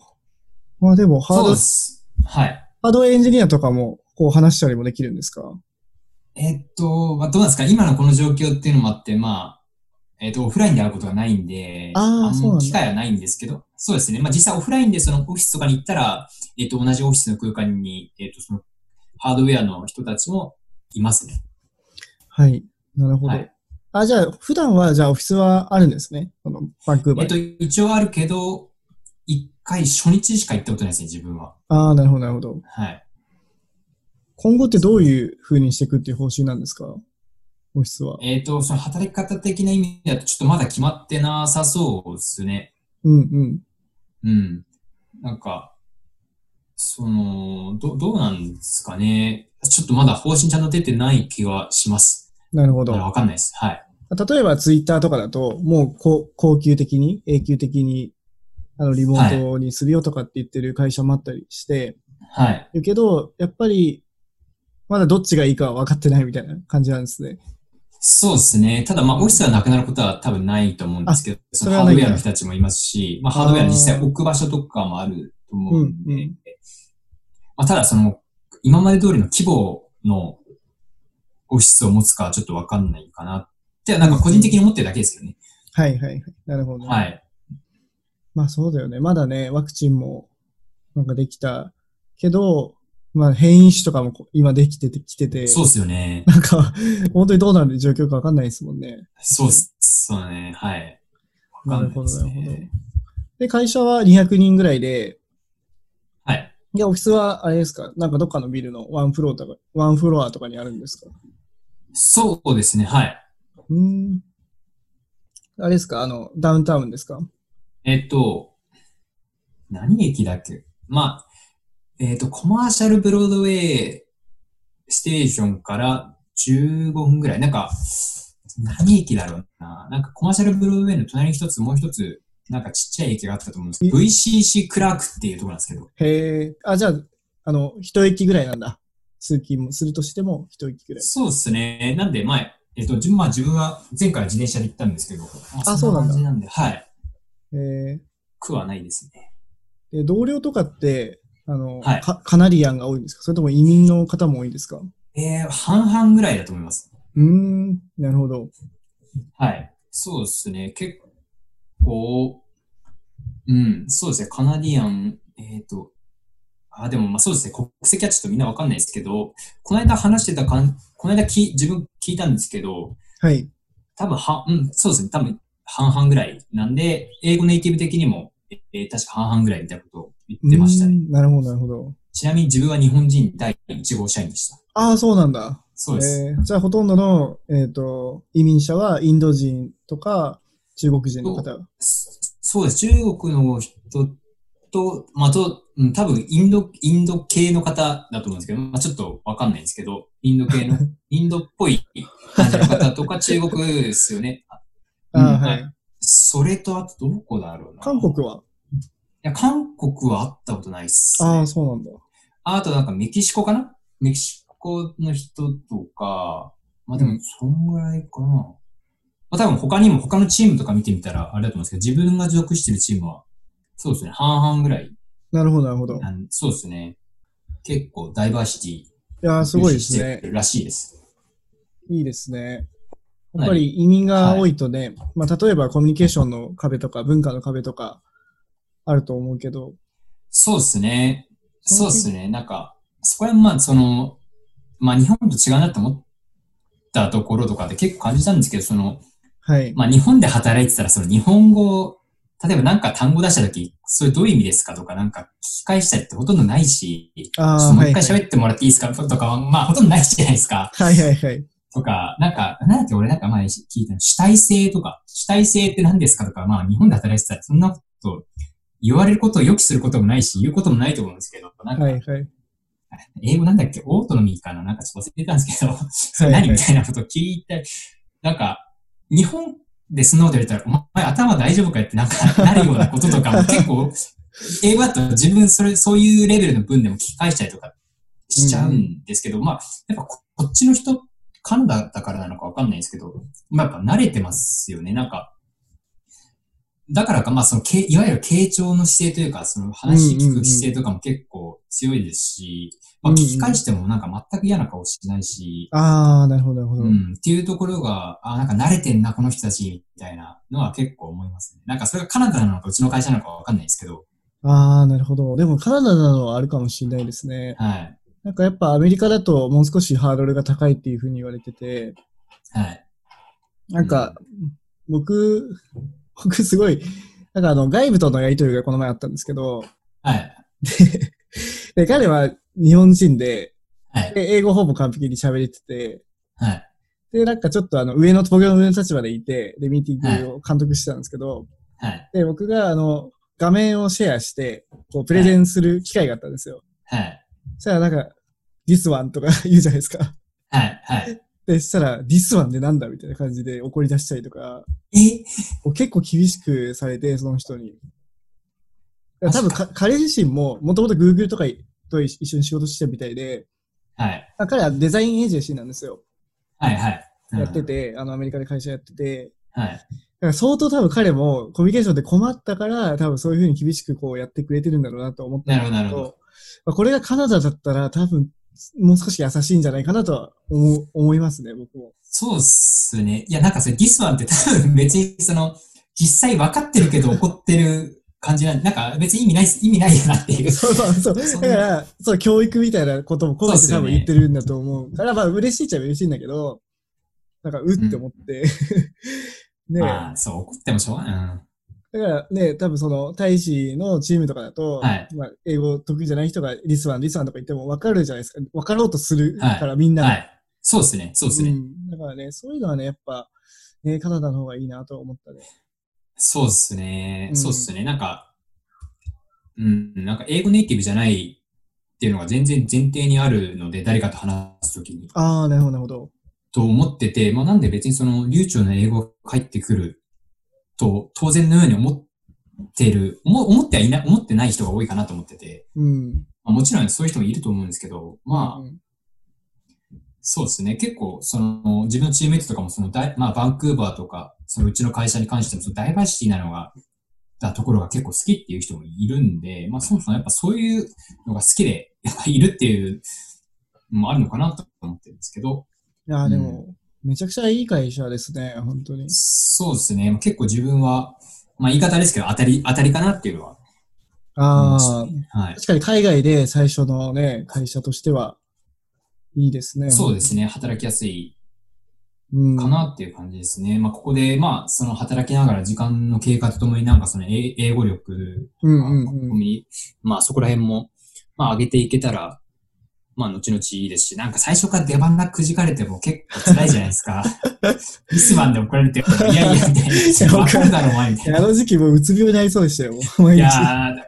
S1: まあでも、ハー
S2: そう
S1: ド
S2: で、す。はい。
S1: ハードウェアエンジニアとかも、こう話したりもできるんですか
S2: えっと、まあ、どうなんですか今のこの状況っていうのもあって、まあ、えっと、オフラインで会うことがないんで、
S1: あー
S2: んま
S1: そうなんだ
S2: 機会はないんですけど、そうですね。まあ、実際オフラインでそのオフィスとかに行ったら、えっと、同じオフィスの空間に、えっと、その、ハードウェアの人たちもいますね。
S1: はい。なるほど。
S2: はい
S1: あ、じゃあ、普段は、じゃあ、オフィスはあるんですね。この、バンクーバ
S2: え
S1: ー
S2: っ
S1: に。
S2: と、一応あるけど、一回初日しか行ったことないですね、自分は。
S1: ああ、なるほど、なるほど。
S2: はい。
S1: 今後ってどういう風にしていくっていう方針なんですかオフィスは。
S2: えっと、その働き方的な意味だと、ちょっとまだ決まってなさそうですね。
S1: うんうん。
S2: うん。なんか、その、ど、どうなんですかね。ちょっとまだ方針ちゃんと出てない気がします。
S1: なるほ
S2: だから
S1: ど。
S2: わかんないです。はい。
S1: 例えば、ツイッターとかだと、もうこ、高級的に、永久的に、あの、リモートにするよとかって言ってる会社もあったりして、
S2: はい。
S1: だけど、やっぱり、まだどっちがいいかは分かってないみたいな感じなんですね。
S2: そうですね。ただ、まあ、オフィスがなくなることは多分ないと思うんですけど、そ
S1: そ
S2: の
S1: れ
S2: ハ
S1: はな
S2: ード
S1: い
S2: ウ
S1: んだ
S2: ェアの人たちもいますし、まあ、ハードウェアに実際置く場所とかもあると思うんで、
S1: うんうん
S2: まあ、ただ、その、今まで通りの規模のオフィスを持つかはちょっとわかんないかなって、なんか個人的に思ってるだけですけどね。
S1: はいはいはい。なるほど。
S2: はい。
S1: まあそうだよね。まだね、ワクチンもなんかできたけど、まあ変異種とかもこ今できててきてて、
S2: そうですよね。
S1: なんか、本当にどうなる状況か分かんないですもんね。
S2: そうっす。そうだね。はい。わ
S1: なる
S2: かんない
S1: ほ
S2: で
S1: ど、
S2: す
S1: なるほど
S2: ね。。
S1: で、会社は200人ぐらいで、
S2: はい。
S1: いや、オフィスはあれですかなんかどっかのビルのワンフロアとか、ワンフロアとかにあるんですか
S2: そうですね。はい。
S1: うーん。あれですかあの、ダウンタウンですか
S2: えっと、何駅だっけまあ、えっと、コマーシャルブロードウェイステーションから15分ぐらい。なんか、何駅だろうな。なんかコマーシャルブロードウェイの隣に一つ、もう一つ、なんかちっちゃい駅があったと思うんですけど、VCC クラークっていうところなんですけど、
S1: へえ、あ、じゃあ、あの、一駅ぐらいなんだ。通勤もするとしても、一駅ぐらい。
S2: そうですね。なんで、前、えっと、自分まあ自分は前回自転車で行ったんですけど、
S1: あそうなんだ
S2: 感じなんで、はい。
S1: え
S2: 苦はないですね。
S1: ー、で同僚とかって、あの、
S2: はい
S1: かカナリアンが多いんですかそれとも移民の方も多いんですかう
S2: えー、半々ぐらいだと思います。
S1: ーん、なるほど。
S2: はい。そうですね。結構、うん、そうですね。カナディアン、えっ、と、あ、でもまあそうですね。国籍はちょっとみんなわかんないですけど、この間話してたかん、この間き自分聞いたんですけど、
S1: はい。
S2: 多分は、うん、そうですね。多分半々ぐらいなんで、英語ネイティブ的にも、えー確か半々ぐらいみたいなことを言ってました
S1: うー
S2: ね。
S1: んなるほど、なるほど。
S2: ちなみに自分は日本人第1号社員でした。
S1: ああ、そうなんだ。
S2: そうです。
S1: えーじゃあ、ほとんどの、えっ、と、移民者はインド人とか、中国人の方。
S2: そそうです。中国の人と、まあ、と、うん多分、インド、インド系の方だと思うんですけど、まあ、ちょっとわかんないんですけど、イン ド系の、インドっぽい感じの方とか、中国ですよね。あ
S1: ああ、
S2: うん
S1: はい、
S2: はそれと、あと、どこだろうな。
S1: 韓
S2: い
S1: 国は
S2: や、韓国は会ったことないっす、
S1: ああ、そうなんだ。
S2: ああと、なんか、メキシコかなメキシコの人とか、まあ、で
S1: う
S2: も、
S1: ん
S2: そんぐらいかな。まあ、多分、他にも、他のチームとか見てみたら、あれだと思うんですけど、自分が属してるチームは、そうですね、半々ぐらい
S1: なるほど、なるほど。い
S2: なんそうですね。結構ダイバーシテ
S1: やー、
S2: ィ、
S1: すごいですね。
S2: らしいです。
S1: いいですね。
S2: はい
S1: やっぱり移民が多いとね、まあ、例えばコミュニケーションの壁とか文化の壁とかあると思うけど、
S2: そうですね。そ
S1: そうう
S2: で
S1: ですす
S2: ね。なんか、そこはまあ、その、まあ日本と違うなって思ったところとかで結構感じたんですけど、その、
S1: はい。
S2: まあ日本で働いてたら、その日本語、例えばなんか単語出したとき、それどういう意味ですかとか、なんか聞き返したりってほとんどないし、ちょっ
S1: あ
S2: と
S1: あ、
S2: もう
S1: はい、
S2: 一
S1: は
S2: 回
S1: い。
S2: 喋ってもらっていいですかとかは、まあほとんどないじゃないですか。
S1: はいはいはい。
S2: とか、なんか、なんだっけ、俺なんか前聞いたの主体性とか、主体性って何ですかとか、まあ日本で働いてたらそんなこと言われることを予期することもないし、言うこともないと思うんですけど、なんか、
S1: はいはい。
S2: 英語なんだっけオートノミーかななんかちょっと忘れてたんですけど、それ何みたいなことを聞いたり、なんか、日本でスノーで言われたら、お前頭大丈夫かよってなんか なるようなこととかも結構、英語だと自分それ、そういうレベルの文でも聞き返したりとかしちゃうんですけど、まあ、やっぱここっちの人、噛んだだからなのかわかんないですけど、まあやっぱ慣れてますよね、なんか。だからか、まあそのけ、いわゆる傾聴の姿勢というか、その話聞く姿勢とかも結構強いですし、まあ聞き返してもなんか全く嫌な顔しないし、
S1: ああ、なるほど、なるほど。
S2: うん、っていうところが、あ、なんか慣れてんな、この人たち、みたいなのは結構思いますね。なんかそれがカナダなのか、うちの会社なのかわかんないですけど、
S1: ああ、なるほど。でもカナダなのはあるかもしれないですね。
S2: はい。
S1: なんかやっぱアメリカだともう少しハードルが高いっていうふうに言われてて、
S2: はい。
S1: なんか、僕、僕すごい、なんかあの外部とのやりとりがこの前あったんですけど、
S2: はい。
S1: で彼は日本人で、
S2: はい。
S1: で英語ほぼ完璧に喋れてて、
S2: はい。
S1: で、なんかちょっとあの上の、僕の上の立場でいて、で、ミーティングを監督してたんですけど、
S2: はい。
S1: で、僕があの、画面をシェアして、こう、プレゼンする機会があったんですよ。
S2: はい。
S1: そしたらなんか、this one とか言うじゃないですか。
S2: はい。はい。
S1: で、そしたら、this one でなんだみたいな感じで怒り出したりとか、
S2: え
S1: こう結構厳しくされて、その人に。だから多分か、彼自身も、もともと Google とかと一緒に仕事してたみたいで、
S2: はい。
S1: あ彼はデザインエージェンシーなんですよ。
S2: はい。はい。うん
S1: やって。て、あの、アメリカで会社やってて、
S2: はい。
S1: だから相当多分彼もコミュニケーションで困ったから、多分そういうふうに厳しくこうやってくれてるんだろうなと思ったんです
S2: なる
S1: け
S2: ほどなるほ
S1: ど、まあこれがカナダだったら多分もう少し優しいんじゃないかなとは思う思いますね、僕も。
S2: そうっすね。いや、なんかそれ、ディスワンって多分別にその、実際分かってるけど怒ってる感じなんで、なんか別に意味ないっす、意味ないよなっていう。
S1: そうそう
S2: そ
S1: そう。だ
S2: う
S1: から、そう、教育みたいなことも込めて多分言ってるんだと思うから、まあ嬉しいっちゃ嬉しいんだけど、なんか、うって思って。 ね
S2: まあ、そう、怒ってもしょうがない。
S1: だからね、多分その、大使のチームとかだと、
S2: はい
S1: まあ、英語得意じゃない人がリスワン、リスワンとか言っても分かるじゃないですか。分かろうとするから、みん
S2: う。
S1: なんが
S2: はい。そうっすね。そうっすね。
S1: うん。だからね、そういうのはね、やっぱ、ね、カナダの方がいいなと思ったね。
S2: そうっすね。
S1: うん
S2: そうっすね。なんか、うん、なんか英語ネイティブじゃないっていうのが全然前提にあるので、誰かと話すときに。
S1: ああ、なるほど、なるほど。
S2: と思ってて、まあなんで別にその流暢な英語が返ってくると、当然のように思ってる、思思ってはいな、思ってない人が多いかなと思ってて、
S1: うん。
S2: まあ、もちろんそういう人もいると思うんですけど、まあ、
S1: うん
S2: そうですね。結構、その、自分のチームメイトとかも、そのだい、まあ、バンクーバーとか、そのうちの会社に関しても、そのダイバーシティなのが、だところが結構好きっていう人もいるんで、まあ、そもそもやっぱそういうのが好きで、 やっぱいるっていうのもあるのかなと思ってるんですけど、
S1: いやー、でも、めちゃくちゃいい会社ですね、本当に。
S2: そうですね。結構自分は、まあ、言い方ですけど、当たり、当たりかなっていうのは思いました
S1: ああ、
S2: ね。はい。
S1: 確かに海外で最初のね、会社としては、いいですね。
S2: そうですね。働きやすい
S1: うん。
S2: かなっていう感じですね。まあ、ここで、まあ、その働きながら時間の経過とともになんかその英英語力
S1: うん
S2: まあ
S1: うんうん。
S2: まあそこら辺も、まあ上げていけたら、まあ後々いいですし、なんか最初から出番がくじかれても結構辛いじゃないで すか。ミスマンで怒られても、いやいや、みたい
S1: い
S2: な。
S1: や
S2: わ
S1: わ
S2: か
S1: か
S2: る
S1: る
S2: だろ、お前、みた
S1: い
S2: い
S1: や
S2: な。
S1: あの時期もううつ病になりそうでしたよ、
S2: い
S1: 毎
S2: や
S1: 日。
S2: ー、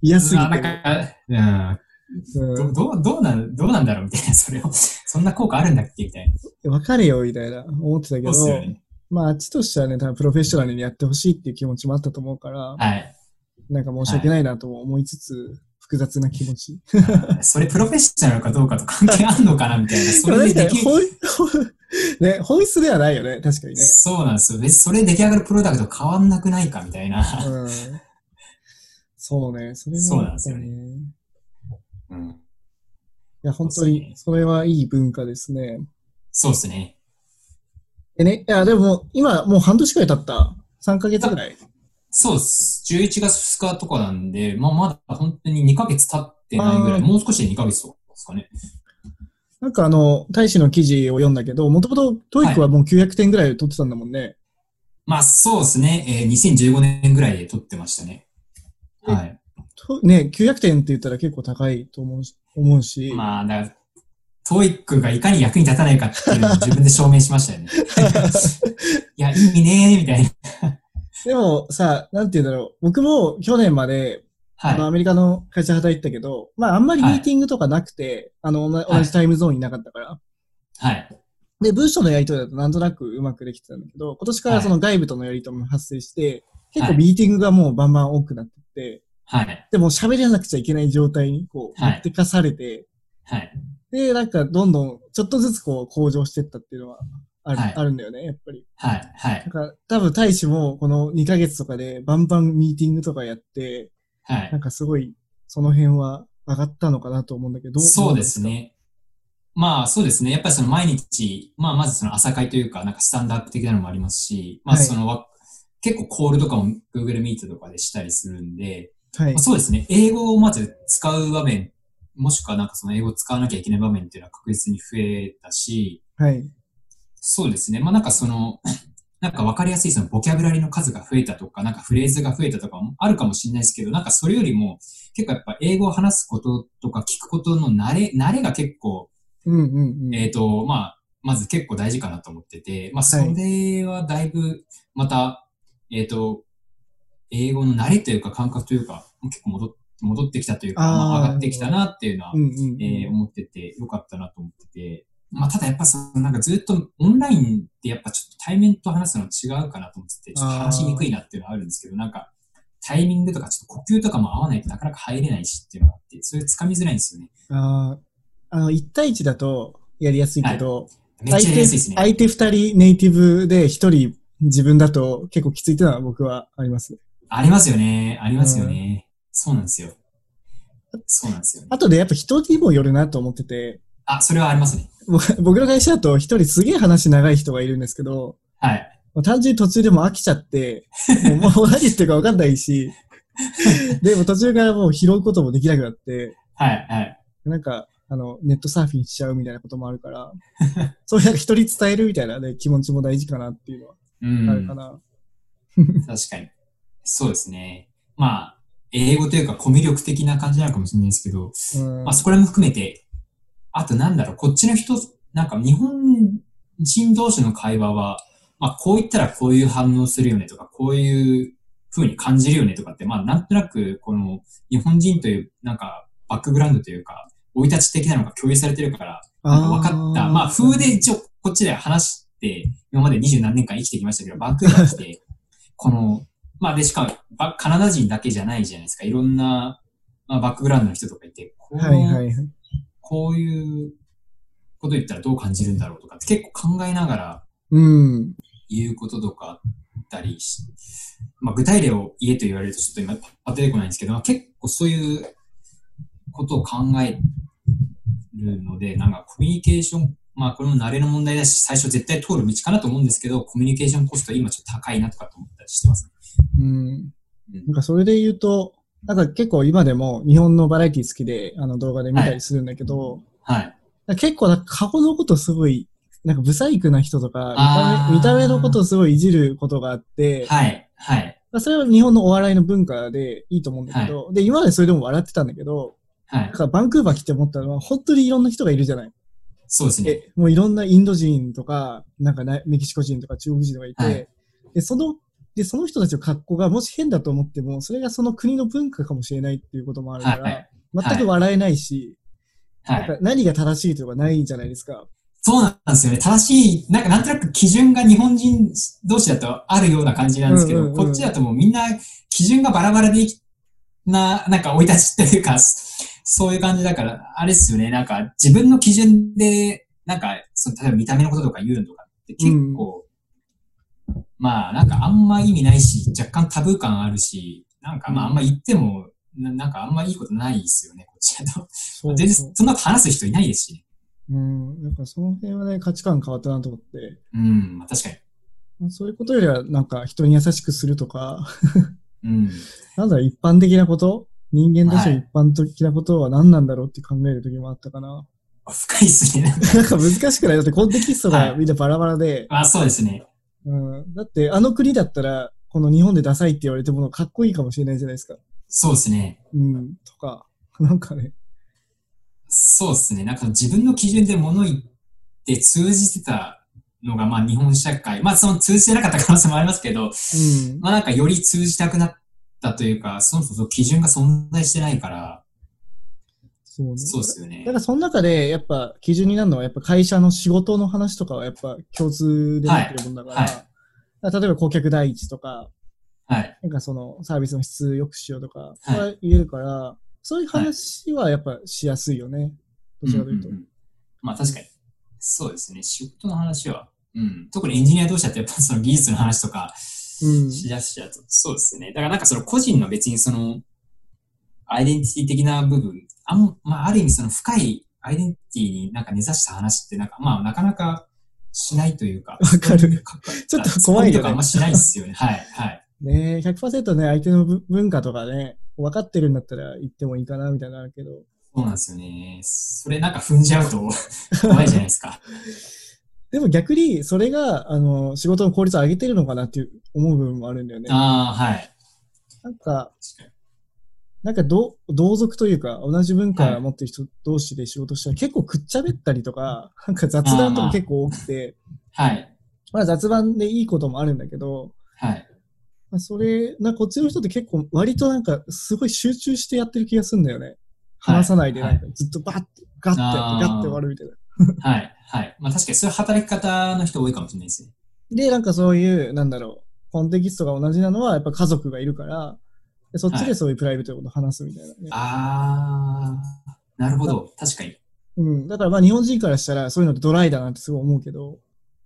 S1: 嫌すぎ
S2: な
S1: て。
S2: んか、
S1: う
S2: うん、どどう、どうなん、どうなんだろう、みたいな、それを、そんな効果あるんだっけ、みたいな。
S1: んわかれよ、みたいな、思ってたけ
S2: そう
S1: ど
S2: っ、すよね。
S1: まあ、あっちとしてはね、多分プロフェッショナルにやってほしいっていう気持ちもあったと思うから、
S2: はい。
S1: なんか申し訳ないなとも思いつつ、複雑な気持ち。
S2: それプロフェッショナルかどうかと関係あるのかな、みた いな。それでできる
S1: 本、本 ね、本質ではないよね、確かにね。
S2: そうなんですよ。別にそれ出来上がるプロダクト変わんなくないか、みたいな。
S1: うん、そうね、それは
S2: そうなんですよね
S1: ね。
S2: うん
S1: いや、本当
S2: そうね
S1: に、それはいい文化ですね。
S2: そうですね。
S1: えね、いや、でも、今、もう半年くらい経った。3ヶ月ぐらい。
S2: そうっす。11月2日とかなんで、まあまだ本当に2ヶ月経ってないぐら
S1: あ
S2: い、
S1: ー
S2: もう少しで2ヶ月とかですかね。
S1: なんかあの、大使の記事を読んだけど、もともとトイックはもう900点ぐらい取ってたんだもんね。
S2: まあそうですね。えー、2015年ぐらいで撮ってましたね。はい。
S1: とね、900点って言ったら結構高いと思うし、思うし。
S2: まあ、だから、トイックがいかに役に立たないか っていうのを自分で証明しましたよね。いや、意味ねー、みたいな。
S1: でもさ、なんて言うんだろう。僕も去年まで、
S2: は
S1: あのア
S2: い。
S1: メリカの会社働いてたけど、まああんまりミ
S2: はい
S1: ーティングとかなくて、あの、同じ
S2: はい
S1: 同じタイムゾーンになかったから。
S2: はい。
S1: で、文章のやりとりだとなんとなくうまくできてたんだけど、今年からその外部とのやりとりも発生して、結構
S2: はい
S1: ミーティングがもうバンバン多くなってって、
S2: はい。
S1: でも喋らなくちゃいけない状態にこう、持
S2: はい
S1: ってかされて、
S2: はい。
S1: で、なんかどんどんちょっとずつこう向上してったっていうのはある,、
S2: はい
S1: あるんだよね、やっぱり。
S2: はい。はい
S1: だ。から多分大使もこの2ヶ月とかでバンバンミーティングとかやって、
S2: はい
S1: なん。かすごいその辺は上がったのかなと思うんだけど。
S2: そうです。ね。まあそうですね。やっぱりその毎日、まあまずその朝会というか、なんかスタンドアップ的なのもありますし、まあ
S1: はい
S2: その、わ結構コールとかも Google Meet とかでしたりするんで、
S1: はい
S2: まあ、。そうですね。英語をまず使う場面、もしくはなんかその英語を使わなきゃいけない場面っていうのは確実に増えたし、
S1: はい。
S2: そうですね。まあなんかその、 なんかわかりやすいそのボキャブラリーの数が増えたとか、なんかフレーズが増えたとかもあるかもしれないですけど、なんかそれよりも結構やっぱ英語を話すこととか聞くことの慣れ、慣れが結構
S1: うんうんうん。
S2: えっ、と、まあ、まず結構大事かなと思ってて、まあ、そ
S1: はい
S2: れはだいぶ、また、えっ、と、英語の慣れというか感覚というか、結構戻っ戻ってきたというか、
S1: あー
S2: まあ、上がってきたなっていうのは、
S1: うんうんうん。
S2: えー思ってて、よかったなと思ってて、まあ、ただやっぱその、なんかずっとオンラインってやっぱちょっと対面と話すの違うかなと思ってて、ちょっと話しにくいなっていうのはあるんですけど、なんか、タイミングとかちょっと呼吸とかも合わないとなかなか入れないしっていうのがあって、それ掴みづらいんですよね。
S1: ああ、あの、1対1だとやりやすいけど、
S2: めっちゃやりやすいですね。
S1: 相手2人ネイティブで1人自分だと結構きついっていうのは僕はあります。
S2: ありますよね。ありますよね。そうなんですよ。そうなんですよね。
S1: あとでやっぱ人にもよるなと思ってて、
S2: あ、それはありますね。
S1: 僕僕の会社だと1人すげえ話長い人がいるんですけど、
S2: はい。
S1: まあ単純に途中でもう飽きちゃって、もうもう何言ってるか分かんないし、でも途中からもう拾うこともできなくなって、
S2: はい、はい。
S1: なんか、あの、ネットサーフィンしちゃうみたいなこともあるから、そういうなんか人に伝えるみたいなね、気持ちも大事かなっていうのは
S2: う
S1: あるか
S2: ん。
S1: な。
S2: 確かに。そうですね。まあ、英語というかコミュ力的な感じなのかもしれないですけど、
S1: うん
S2: まあそこら辺も含めて、あとなんだろう、こっちの人、なんか日本人同士の会話は、まあこう言ったらこういう反応するよねとか、こういう風に感じるよねとかって、まあなんとなくこの日本人というなんかバックグラウンドというか、生い立ち的なのが共有されてるから、なんか分かった。まあ、風で一応、こっちで話して、今まで二十何年間生きてきましたけど、バンクーバー来て、 この、まあ、で、しかも、ばカナダ人だけじゃないじゃないですか。いろんな、まあ、バックグラウンドの人とかいて、こう
S1: はいはいはい。
S2: こういうこと言ったらどう感じるんだろうとかって結構考えながら
S1: うん。
S2: 言うこととかあったりし、まあ、具体例を言えと言われるとちょっと今パッと出てこないんですけど、まあ結構そういうことを考えるので、なんかコミュニケーション、まあこれも慣れの問題だし、最初絶対通る道かなと思うんですけど、コミュニケーションコスト今ちょっと高いなとかと思ったりしてますね。
S1: うん。
S2: うん
S1: なんかそれで言うと、なんか結構今でも日本のバラエティ好きで、あの動画で見たりするんだけど、
S2: はい。
S1: なんか結構なんか顔のことすごい、なんかブサイクな人とか
S2: あー
S1: 見た目、見た目のことをすごいいじることがあって、
S2: はい。はい。
S1: まあそれは日本のお笑いの文化でいいと思うんだけど、で、今までそれでも笑ってたんだけど、
S2: は
S1: ないん。かバンクーバー来て思ったのは、本当にいろんな人がいるじゃない。
S2: そうですね。
S1: え、もういろんなインド人とか、なんかなメキシコ人とか中国人とかいて、
S2: はい
S1: で、その、で、その人たちの格好がもし変だと思っても、それがその国の文化かもしれないっていうこともあるから、
S2: はい
S1: 全く笑えないし、
S2: は
S1: ないん。か何が正しいとかないじゃないですか。
S2: そうなんですよね。正しい、なんかなんとなく基準が日本人同士だとあるような感じなんですけど、
S1: うんうんうん
S2: こっちだともうみんな基準がバラバラでいきな、なんか生い立ちっていうか、そそういう感じだから、あれですよね。なんか自分の基準で、なんか、その例えば見た目のこととか言うのとかって結構、まあなんかあんま意味ないし、若干タブー感あるし、なんかまああんま言っても、ななんかあんまいいことないですよね、こっちだと。
S1: そう
S2: 全然
S1: そう。
S2: そんなこと話す人いないですしね。
S1: うん。なんかその辺はね、価値観変わったなと思って、
S2: うん、まあ確かに。
S1: そういうことよりは、なんか人に優しくするとか、
S2: うん。
S1: なんだろう、一般的なこと人間としての
S2: は
S1: 一般的なことは何なんだろうって考える時もあったかな。
S2: 深いですね。
S1: なんか難しくないだってコンテキストがみんなバラバラで、
S2: まあそうですね。
S1: うん、だってあの国だったら、この日本でダサいって言われてものかっこいいかもしれないじゃないですか。
S2: そうですね。
S1: うん、とか、 なんかね。
S2: そうですね。なんか自分の基準で物言って通じてたのが、まあ日本社会、まあその通じてなかった可能性もありますけど、
S1: うん。
S2: まあなんかより通じたくなったというか、そもそも基準が存在してないから、
S1: そうね。
S2: そうですよね
S1: だか。らその中で、やっぱ基準になるのは、やっぱ会社の仕事の話とかはやっぱ共通でなってるもんだから、
S2: はいはい
S1: だから例えば顧客第一とか、
S2: はい。
S1: なんかそのサービスの質良くしようとか、
S2: はい
S1: は言えるから、そういう話はやっぱしやすいよね。どちらかというと。
S2: うんうんうんまあ確かに。そうですね。仕事の話は、うん。特にエンジニア同士だってやっぱその技術の話とか
S1: うん
S2: しだしちゃうと、そうですね。だからなんかその個人の別にその、アイデンティティ的な部分、あん、まあある意味その深いアイデンティティになんか根ざした話ってなんか、まあなかなかしないというか。
S1: わかる。ちょっと怖いよね
S2: とかあんましないで すよね。はい、はい。
S1: ねえ、100%ね、相手のぶ文化とかね、分かってるんだったら言ってもいいかな、みたいなのあるけど。
S2: そうなんですよね。それなんか踏んじゃうと怖いじゃないですか。
S1: でも逆に、それが、あの、仕事の効率を上げてるのかなっていう思う部分もあるんだよね。
S2: ああ、はい。
S1: なんか、
S2: 確かに
S1: なんかど、同族というか、同じ文
S2: は
S1: 化
S2: い
S1: を持ってる人同士で仕事したら、結構くっちゃべったりとか、なんか雑談と
S2: あーま
S1: か
S2: あ
S1: 結構多くて、
S2: はい、
S1: まあ雑談でいいこともあるんだけど、
S2: はい。
S1: まあそれ、なんかこっちの人って結構割となんかすごい集中してやってる気がするんだよね。話さないで、
S2: は
S1: なん
S2: い
S1: かずっとバッて、ガッてや
S2: あ
S1: っ
S2: ー
S1: て、ガッて終わるみたいな。
S2: はい、はい。まあ確かにそういう働き方の人多いかもしれないですね。
S1: で、なんかそういう、なんだろう、コンテキストが同じなのは、やっぱ家族がいるから、でそっち
S2: は
S1: で
S2: い
S1: そういうプライベートのことを話すみたいなね、
S2: ああ、なるほど。確かに。
S1: うん。だからまあ日本人からしたらそういうのってドライだなってすごい思うけど、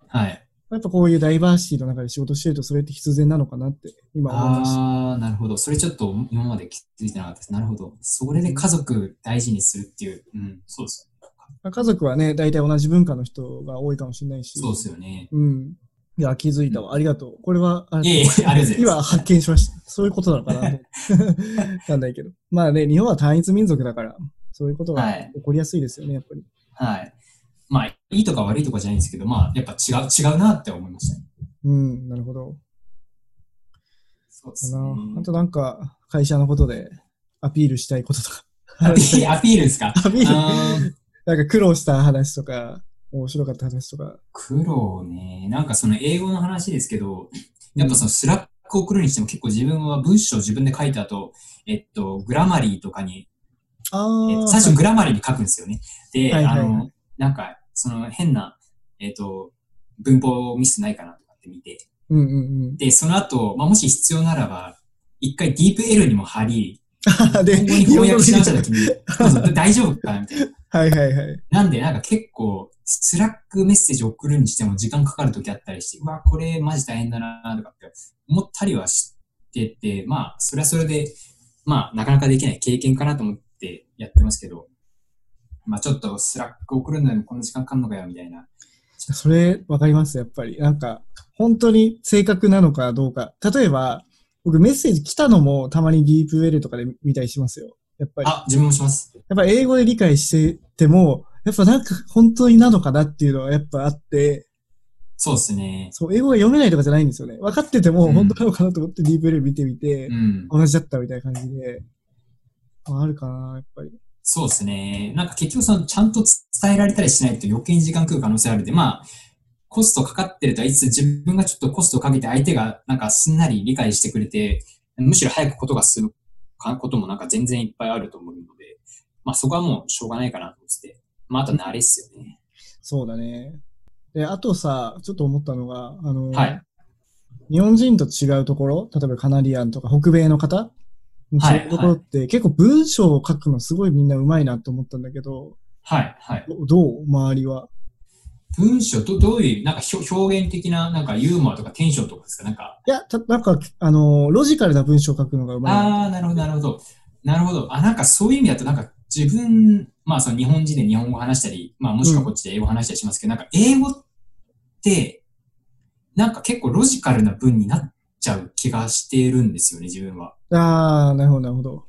S2: はい。
S1: やっぱこういうダイバーシティの中で仕事してるとそれって必然なのかなって今思いました。
S2: ああ、なるほど。それちょっと今まで気づいてなかったです。なるほど。それで家族大事にするっていう。うん、そうです。
S1: まあ家族はね、大体同じ文化の人が多いかもしれないし。
S2: そうですよね。
S1: うん。いや、気づいたわ。ありがとう。これは、あ
S2: いえいえ、ありがとうござい
S1: 今
S2: ます。
S1: 発見しました。そういうことなのか なと。なんないけど。まあね、日本は単一民族だから、そういうことが
S2: はい
S1: 起こりやすいですよね、やっぱり。
S2: はい。まあ、いいとか悪いとかじゃないんですけど、まあ、やっぱ違う、違うなって思いましたね。
S1: うん、なるほど。
S2: そうで
S1: か
S2: す
S1: な
S2: ね。
S1: あとなんか、会社のことでアピールしたいこととか。
S2: アピールアピールですか
S1: アピール
S2: あー
S1: なんか苦労した話とか、面白かった話とか。
S2: 苦労ね。なんかその英語の話ですけど、やっぱそのスラックを送るにしても結構自分は文章を自分で書いた後、えっと、グラマリーとかに、えっ
S1: あ
S2: と
S1: あ。
S2: 最初グラマリーに書くんですよね。で、
S1: はいはいはい
S2: あの、なんか、その変な、えっと、文法ミスないかなとかって見て、
S1: うんうんうん。
S2: で、その後、まあ、もし必要ならば、一回ディープ L にも貼り、
S1: あで、
S2: ここに翻訳し直した時
S1: 日
S2: に、そうそう大丈夫かなみたい
S1: 本語で
S2: な。
S1: 見てはいはいはい。
S2: なんで、なんか結構、スラックメッセージ送るにしても時間かかる時あったりして、うわ、これマジ大変だなとかって思ったりはしてて、まあ、それはそれで、まあ、なかなかできない経験かなと思ってやってますけど、まあ、ちょっとスラック送るのにもこんな時間かかんのかよ、みたいな。
S1: それ、わかります、やっぱり。なんか、本当に正確なのかどうか。例えば、僕メッセージ来たのもたまにディープウェルとかで見たりしますよ。やっぱり。
S2: あ、自分もします。
S1: やっぱ英語で理解してても、やっぱなんか本当になのかなっていうのはやっぱあって、
S2: そうですね。
S1: そう、英語が読めないとかじゃないんですよね。分かってても
S2: うん
S1: 本当なのかなと思ってディープウェル見てみて
S2: う、ん。
S1: 同じだったみたいな感じで。まあ、あるかな、やっぱり。
S2: そうですね。なんか結局その、ちゃんと伝えられたりしないと余計に時間食う可能性あるんで、まあ、コストかかってるとは言いつつ自分がちょっとコストをかけて相手がなんかすんなり理解してくれて、むしろ早くことが進むかこともなんか全然いっぱいあると思うので、まあそこはもうしょうがないかなと思ってて、まああと慣れっすよね。
S1: そうだね。で、あとさ、ちょっと思ったのが、あの、
S2: はい
S1: 日本人と違うところ、例えばカナリアンとか北米の方の
S2: はい
S1: 違うところって、結構文章を書くのすごいみんな上手いなと思ったんだけど、
S2: はい、はい。
S1: どどう周りは。
S2: 文章ど、どういう、なんかひょ表現的な、なんかユーモアとかテンションとかですかなんか、
S1: いや、たなんか、あの、ロジカルな文章を書くのが上手いな。
S2: ああ、なるほど、なるほど。なるほど。あ、なんかそういう意味だと、なんか自分、まあその日本人で日本語話したり、まあもしくはこっちで英語話したりしますけど、なんか英語って、なんか結構ロジカルな文になっちゃう気がしているんですよね、自分は。
S1: ああ、なるほど、なるほど。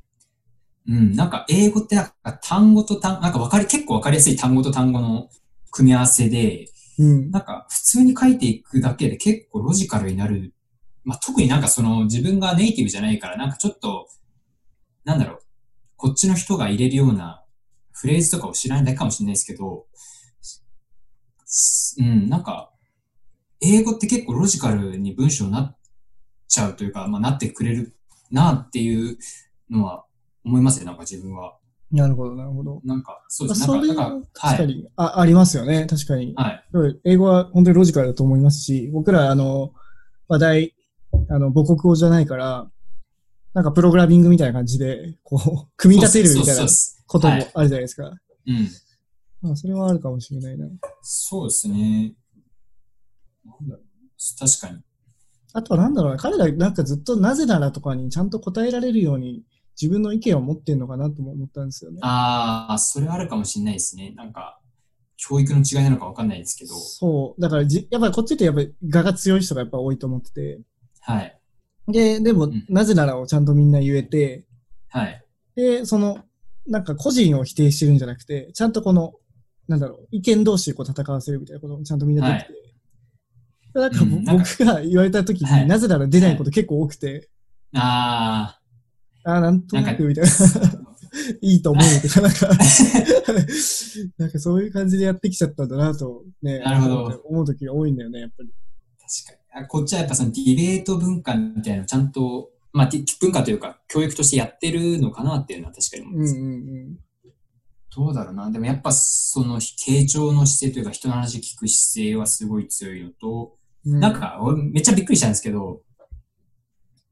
S2: うん、なんか英語ってなんか単語と単、なんかわかり、結構わかりやすい単語と単語の組み合わせで、
S1: うん。
S2: なんか普通に書いていくだけで結構ロジカルになる。まあ、特になんかその自分がネイティブじゃないからなんかちょっと、なんだろう、こっちの人が入れるようなフレーズとかを知らないだけかもしれないですけど、すうん、なんか英語って結構ロジカルに文章になっちゃうというか、まあ、なってくれるなっていうのは思いますね、なんか自分は。
S1: なるほど、なるほど。
S2: なんか、そう
S1: ま
S2: で
S1: あ
S2: すね。
S1: そ
S2: なんか、
S1: れ
S2: な
S1: は
S2: んか、は
S1: 確か
S2: い。
S1: に、あ、ありますよね。確かに。
S2: はい。
S1: うん英語は本当にロジカルだと思いますし、僕ら、あの、話題、あの、母国語じゃないから、なんかプログラミングみたいな感じで、こう、 組み立てるみたい
S2: そう
S1: な
S2: っす
S1: こともあ
S2: は
S1: る
S2: い
S1: じゃないですか。
S2: そうっすうん。
S1: まあ、それはあるかもしれないな。
S2: そうですね。なんだろう確かに。
S1: あとはなんだろうな、彼らなんかずっとなぜならとかにちゃんと答えられるように自分の意見を持ってんのかなとも思ったんですよね。
S2: ああ、それはあるかもしれないですね。なんか、教育の違いなのかわかんないですけど。
S1: そう。だからじ、やっぱりこっちってやっぱり画が強い人がやっぱ多いと思ってて。
S2: はい。
S1: で、でも、
S2: ん
S1: なぜならをちゃんとみんな言えて、
S2: はい。
S1: で、その、なんか個人を否定してるんじゃなくて、ちゃんとこの、なんだろう、意見同士でこう戦わせるみたいなこともちゃんとみんなできて。なんかぼ、
S2: うんなんか
S1: 僕が言われた時に、
S2: はい
S1: なぜなら出ないこと結構多くて、
S2: あ
S1: ああ、なんと
S2: な
S1: なん
S2: か
S1: くみたいな。 いいと思うみたいな、なんか、 なんかそういう感じでやってきちゃったんだなと、ね、
S2: なるほど
S1: 思う時が多いんだよね、やっぱり。
S2: あ、確かに。あこっちはやっぱそのディベート文化みたいなのちゃんと、まあ、ディ文化というか、教育としてやってるのかなっていうのは確かに思い
S1: うん
S2: ま
S1: う
S2: す。
S1: ん
S2: どうだろうな。でもやっぱその、傾聴の姿勢というか、人の話聞く姿勢はすごい強いのと、
S1: うん。う
S2: なん、か、俺めっちゃびっくりしたんですけど、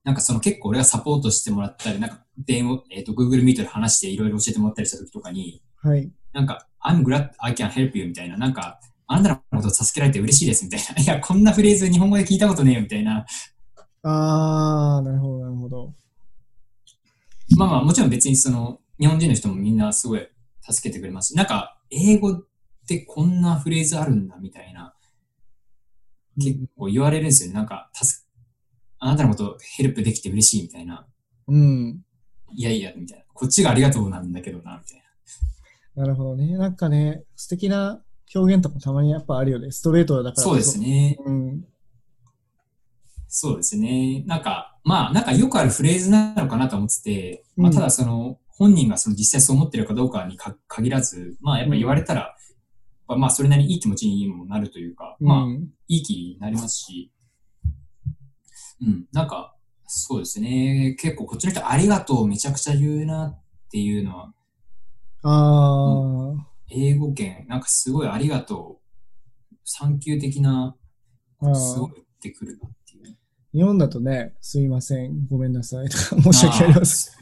S2: なんかその結構俺がサポートしてもらったり、なんか電話、えっ、と、Google Meet で話していろいろ教えてもらったりした時とかに、
S1: はい。
S2: なんか、I'm glad I can help you みたいな、なんか、あなたのことを助けられて嬉しいですみたいな。い や、こんなフレーズ日本語で聞いたことねえよみたいな。
S1: あー、なるほど、なるほど。
S2: まあまあ、もちろん別にその、日本人の人もみんなすごい助けてくれますし、なんか、英語ってこんなフレーズあるんだみたいな、結構言われるんですよね。なんか、助けあなたのことヘルプできて嬉しいみたいな。
S1: うん。
S2: いやいや、みたいな。こっちがありがとうなんだけどな、みたい
S1: なるほどね。なんかね、素敵な表現とかたまにやっぱあるよね。ストレートだか
S2: な。
S1: ら。
S2: そうです。ね。
S1: うん。
S2: そうですね。なんか、まあ、なんかよくあるフレーズなのかなと思ってて、まあ、
S1: うん
S2: ただその、本人がその実際そう思ってるかどうかにか限らず、まあ、やっぱ言われたら、まあまあ、それなりにいい気持ちにもなるというか、
S1: う
S2: まあ、
S1: ん、
S2: いい気になりますし、うん、なんか、そうですね。結構こっちの人ありがとうめちゃくちゃ言うなっていうのは、
S1: あ
S2: 英語圏、なんかすごいありがとう、産休的な
S1: ー、あ
S2: すご
S1: ー
S2: いってくるなっていう。
S1: 日本だとね、すいません、ごめんなさい とか申し訳ありません。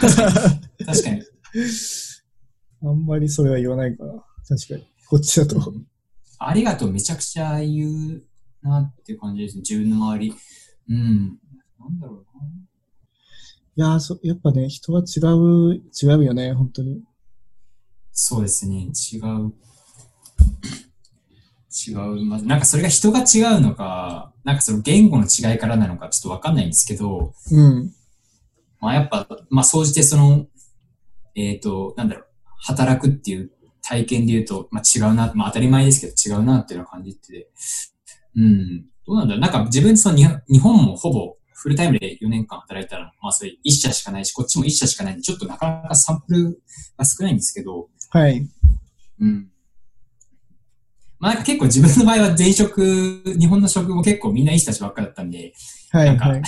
S2: 確かに。
S1: あんまりそれは言わないから、確かに。こっちだと。
S2: ありがとうめちゃくちゃ言うなっていう感じですね。自分の周り。うん。なんだろうな。
S1: いやーそ、やっぱね、人は違う、違うよね、本当に。
S2: そうですね。違う。違う。まあ、なんかそれが人が違うのか、なんかその言語の違いからなのかちょっとわかんないんですけど、
S1: うん。
S2: まあやっぱ、まあ総じてその、えっ、と、なんだろう、働くっていう体験で言うと、まあ違うな、まあ当たり前ですけど違うなっていうのは感じてて、うん、どうなんだろう。なんか自分そのに日本もほぼフルタイムで4年間働いたら、まあそれ1社しかないし、こっちも1社しかないんで、ちょっとなかなかサンプルが少ないんですけど、
S1: はい。
S2: うん。まあなんか結構自分の場合は前職、日本の職も結構みんないい人たちばっかだったんで、
S1: は
S2: なん
S1: い、
S2: か
S1: はい。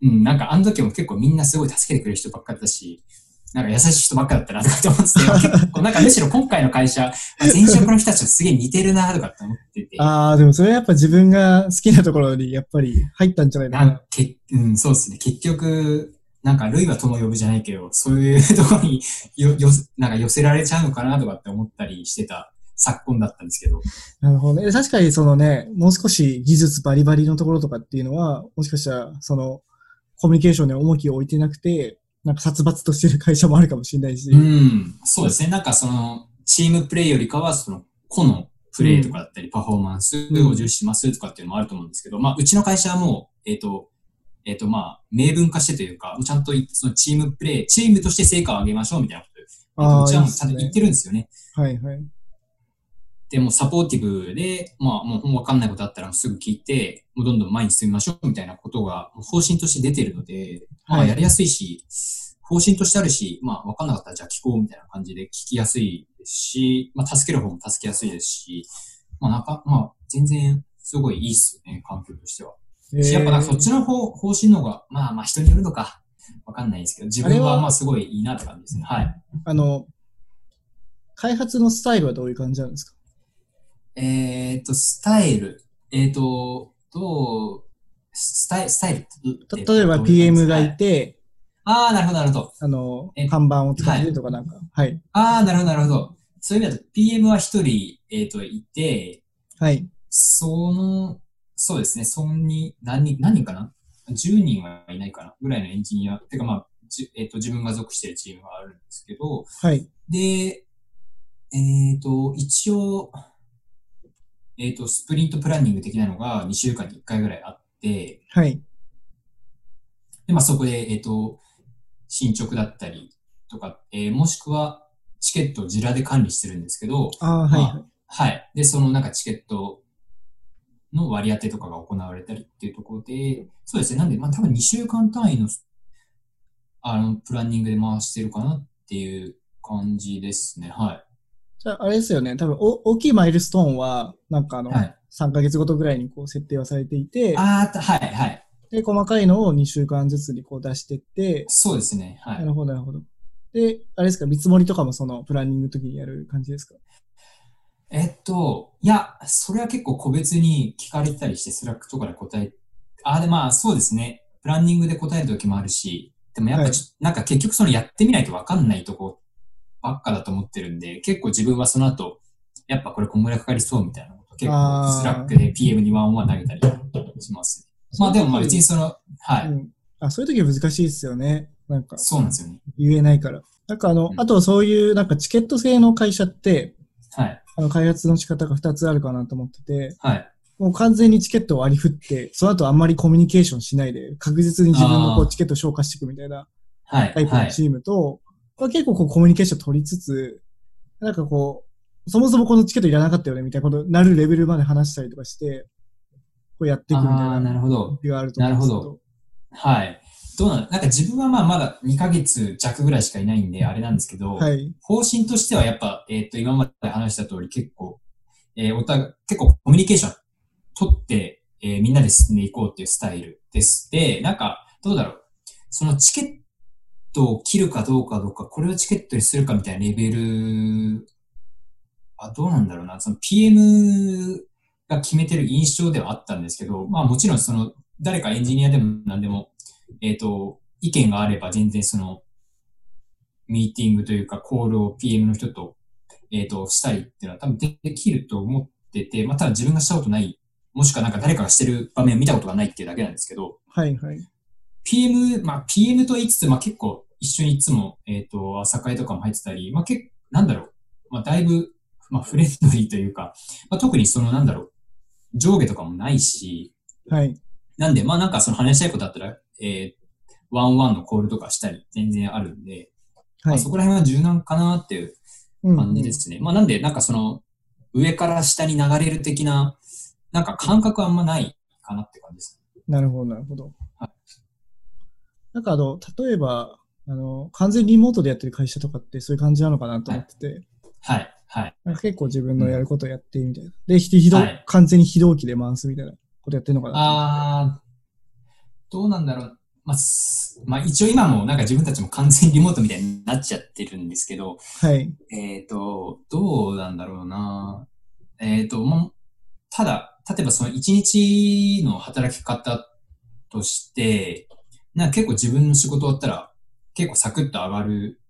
S2: うん、なんかあの時も結構みんなすごい助けてくれる人ばっかだったし、なんか優しい人ばっかだったなとかって思ってて、結構なんかむしろ今回の会社、あ前職の人たちとすげえ似てるなとかって思ってて、
S1: ああ、でもそれはやっぱ自分が好きなところにやっぱり入ったんじゃないか
S2: な
S1: な。
S2: んけうん、そうですね。結局、なんか、ルイは友呼ぶじゃないけど、そういうところによ、よ、なんか寄せられちゃうのかなとかって思ったりしてた昨今だったんですけど。
S1: なるほどね。確かにそのね、もう少し技術バリバリのところとかっていうのは、もしかしたら、その、コミュニケーションに重きを置いてなくて、なんか殺伐としてる会社もあるかもしれないし。
S2: うん、そうですね。なんかその、チームプレーよりかは、その、個のプレーとかだったり、パフォーマンスを重視しますとかっていうのもあると思うんですけど、まあ、うちの会社はもう、えっ、と、えっ、と、まあ、明文化してというか、ちゃんとい、そのチームプレー、チームとして成果を上げましょうみたいなこと、
S1: あ
S2: う
S1: あ、
S2: ち
S1: い
S2: はいも
S1: で
S2: うちゃ
S1: す
S2: んと言
S1: ね
S2: っ。てるんですよね。
S1: はい、はい。
S2: で、もうサポーティブで、まあ、もうわかんないことあったらすぐ聞いて、もうどんどん前に進みましょうみたいなことが、もう方針として出てるので、ま
S1: は
S2: あ、
S1: い
S2: やりやすいし、方針としてあるし、まあ、わかんなかったらじゃあ聞こうみたいな感じで聞きやすいですし、まあ、助ける方も助けやすいですし、まあ、なか、まあ、全然すごいいいっすよね、環境としては。
S1: えー
S2: やっぱなんかそっちの方方針の方が、まあまあ人によるのか、わかんないですけど、自分
S1: あれは
S2: はまあすごいいいなって感じですね。はい。
S1: あの、開発のスタイルはどういう感じなんですか
S2: えーっと、スタイル。えーっと、どう、スタイル、スタイル
S1: た
S2: って
S1: 例えば PM がい。
S2: どうう感じですか
S1: て、
S2: ああ、なるほど、なるほど。
S1: あの
S2: え、
S1: 看板を使ってとかなんか。はい。
S2: ああ、なるほど、なるほど。そういう意味だと PM は一人、えーっと、いて、
S1: はい。
S2: その、そうですね、そんに、何人、何人かな ?10 人はいないかなぐらいのエンジニア。てかまあ、じゅえーっと、自分が属しているチームがあるんですけど、
S1: はい。
S2: で、えっ、と、一応、えっ、と、スプリントプランニング的なのが2週間に1回ぐらいあって、
S1: はい。
S2: で、まあそこで、えっ、と、進捗だったりとか、えーもしくはチケットをジラで管理してるんですけど、
S1: ああー、はい。
S2: はい。で、そのなんかチケットの割り当てとかが行われたりっていうところで、そうですね。なんで、まあ多分2週間単位の、あの、プランニングで回してるかなっていう感じですね。はい。
S1: じゃあ、あれですよね。多分お、大きいマイルストーンは、なんかあの、
S2: はい。
S1: 3ヶ月ごとぐらいにこう設定はされていて、
S2: あーた、はい、はい。
S1: で、細かいのを2週間ずつにこう出してって、
S2: そうですね。は。
S1: ないるほど、なるほど。で、あれですか、見積もりとかもそのプランニングの時にやる感じですか
S2: えっと、いや、それは結構個別に聞かれてたりして、スラックとかで答え、あー、で、まあ、そうですね。プランニングで答える時もあるし、でもやっ
S1: は
S2: ぱ
S1: い
S2: ちょ、なんか結局そのやってみないとわかんないとこばっかだと思ってるんで、結構自分はその後、やっぱこれこんぐらいかかりそうみたいなこと、結
S1: あ
S2: 構
S1: ー
S2: スラックで PM にワンワン投げたりします。まあでもまあ別にその、は
S1: う
S2: い。
S1: ん。あ、そういう時は難しいですよね。なんか、
S2: そうなんですよね。
S1: 言えないから。なんかあの、
S2: うん
S1: あとそういうなんかチケット制の会社って、
S2: はい。
S1: あの、開発の仕方が2つあるかなと思ってて、
S2: はい。
S1: もう完全にチケットを割り振って、その後あんまりコミュニケーションしないで、確実に自分のこ
S2: あ
S1: う
S2: ー
S1: チケットを消化していくみたいな
S2: はい。
S1: タイプ
S2: は
S1: の
S2: い。
S1: チームと、まあ、結構こうコミュニケーション取りつつ、なんかこう、そもそもこのチケットいらなかったよねみたいなことになるレベルまで話したりとかして、こうやっていくみたい
S2: ああー、
S1: な
S2: なるほど。
S1: 気があると思うんですけど。
S2: はい。どうなのなんか自分はまあまだ2ヶ月弱ぐらいしかいないんで、あれなんですけど、
S1: はい。
S2: 方針としてはやっぱ、えっ、と、今まで話した通り結構、えーお互い、結構コミュニケーション取って、えーみんなで進んでいこうっていうスタイルです。で、なんか、どうだろう。そのチケットを切るかどうかどうか、これをチケットにするかみたいなレベル、あ、どうなんだろうな。その PM が決めてる印象ではあったんですけど、まあもちろんその、誰かエンジニアでも何でも、えっ、と、意見があれば全然その、ミーティングというか、コールを PM の人と、えっ、と、したりっていうのは多分できると思ってて、まあ、ただ自分がしたことない、もしくはなんか誰かがしてる場面を見たことがないっていうだけなんですけど、
S1: はいはい。
S2: PM、まあ、PM と言いつつ、まあ、結構一緒にいつも、えっ、と、朝会とかも入ってたり、まあ、結構、なんだろう、まあ、だいぶ、まあ、フレンドリーというか、まあ、特にその、なんだろう、上下とかもないし、
S1: はい。
S2: なんで、まあ、なんかその話したいことあったら、えー、ワンワンのコールとかしたり、全然あるんで、ま
S1: は
S2: あ、
S1: い。
S2: そこら辺は柔軟かなっていう
S1: うん
S2: 感じですね。まあなんで、なんかその、上から下に流れる的な、なんか感覚はあんまないかなって感じです。
S1: なるほど、なるほど
S2: は。
S1: なんかあの、例えば、あの、完全リモートでやってる会社とかってそういう感じなのかなと思ってて、
S2: はい、はい、
S1: なんか結構自分のやることをやってみたいな。で、ひひど、
S2: はい
S1: 完全に非同期で回すみたいなことやってるのかな
S2: あー、どうなんだろう。まあ、すまあ一応今もなんか自分たちも完全リモートみたいになっちゃってるんですけど、
S1: と思って。はい。
S2: えっ、と、どうなんだろうな。えっ、と、もう、ただ、例えばその一日の働き方として、なんか結構自分の仕事終わったら、結構サクッと上がる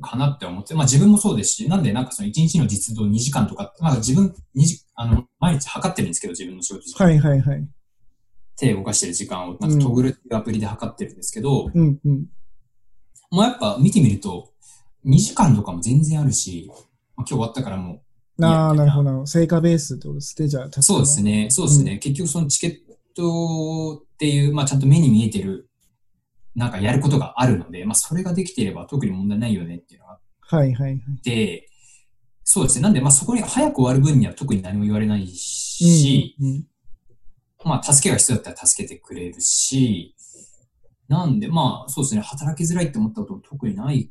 S2: かなって思って、まあ自分もそうですし、なんでなんかその一日の実働2時間とか、まあ自分、二時あの、毎日測ってるんですけど、自分の仕事時間。
S1: はいはいはい。
S2: 手を動かしてる時間を、なんかトグルっていうアプリで測ってるんですけど、
S1: うんうん。
S2: もうやっぱ見てみると、2時間とかも全然あるし、まあ今日終わったからもう、
S1: ああ、
S2: い
S1: な
S2: や
S1: るほどなるほど。成果ベースってことですね。じゃあ、タスク
S2: そう
S1: の
S2: です。ね。そうですね。結局そのチケットっていう、まあちゃんと目に見えてる、なんかやることがあるので、まあそれができていれば特に問題ないよねっていうのがあ
S1: はいはいはい。
S2: って、そうですね。なんでまあそこに早く終わる分には特に何も言われないし、
S1: うんうんうん
S2: まあ助けが必要だったら助けてくれるし、なんでまあそうですね。働きづらいって思ったことも特にない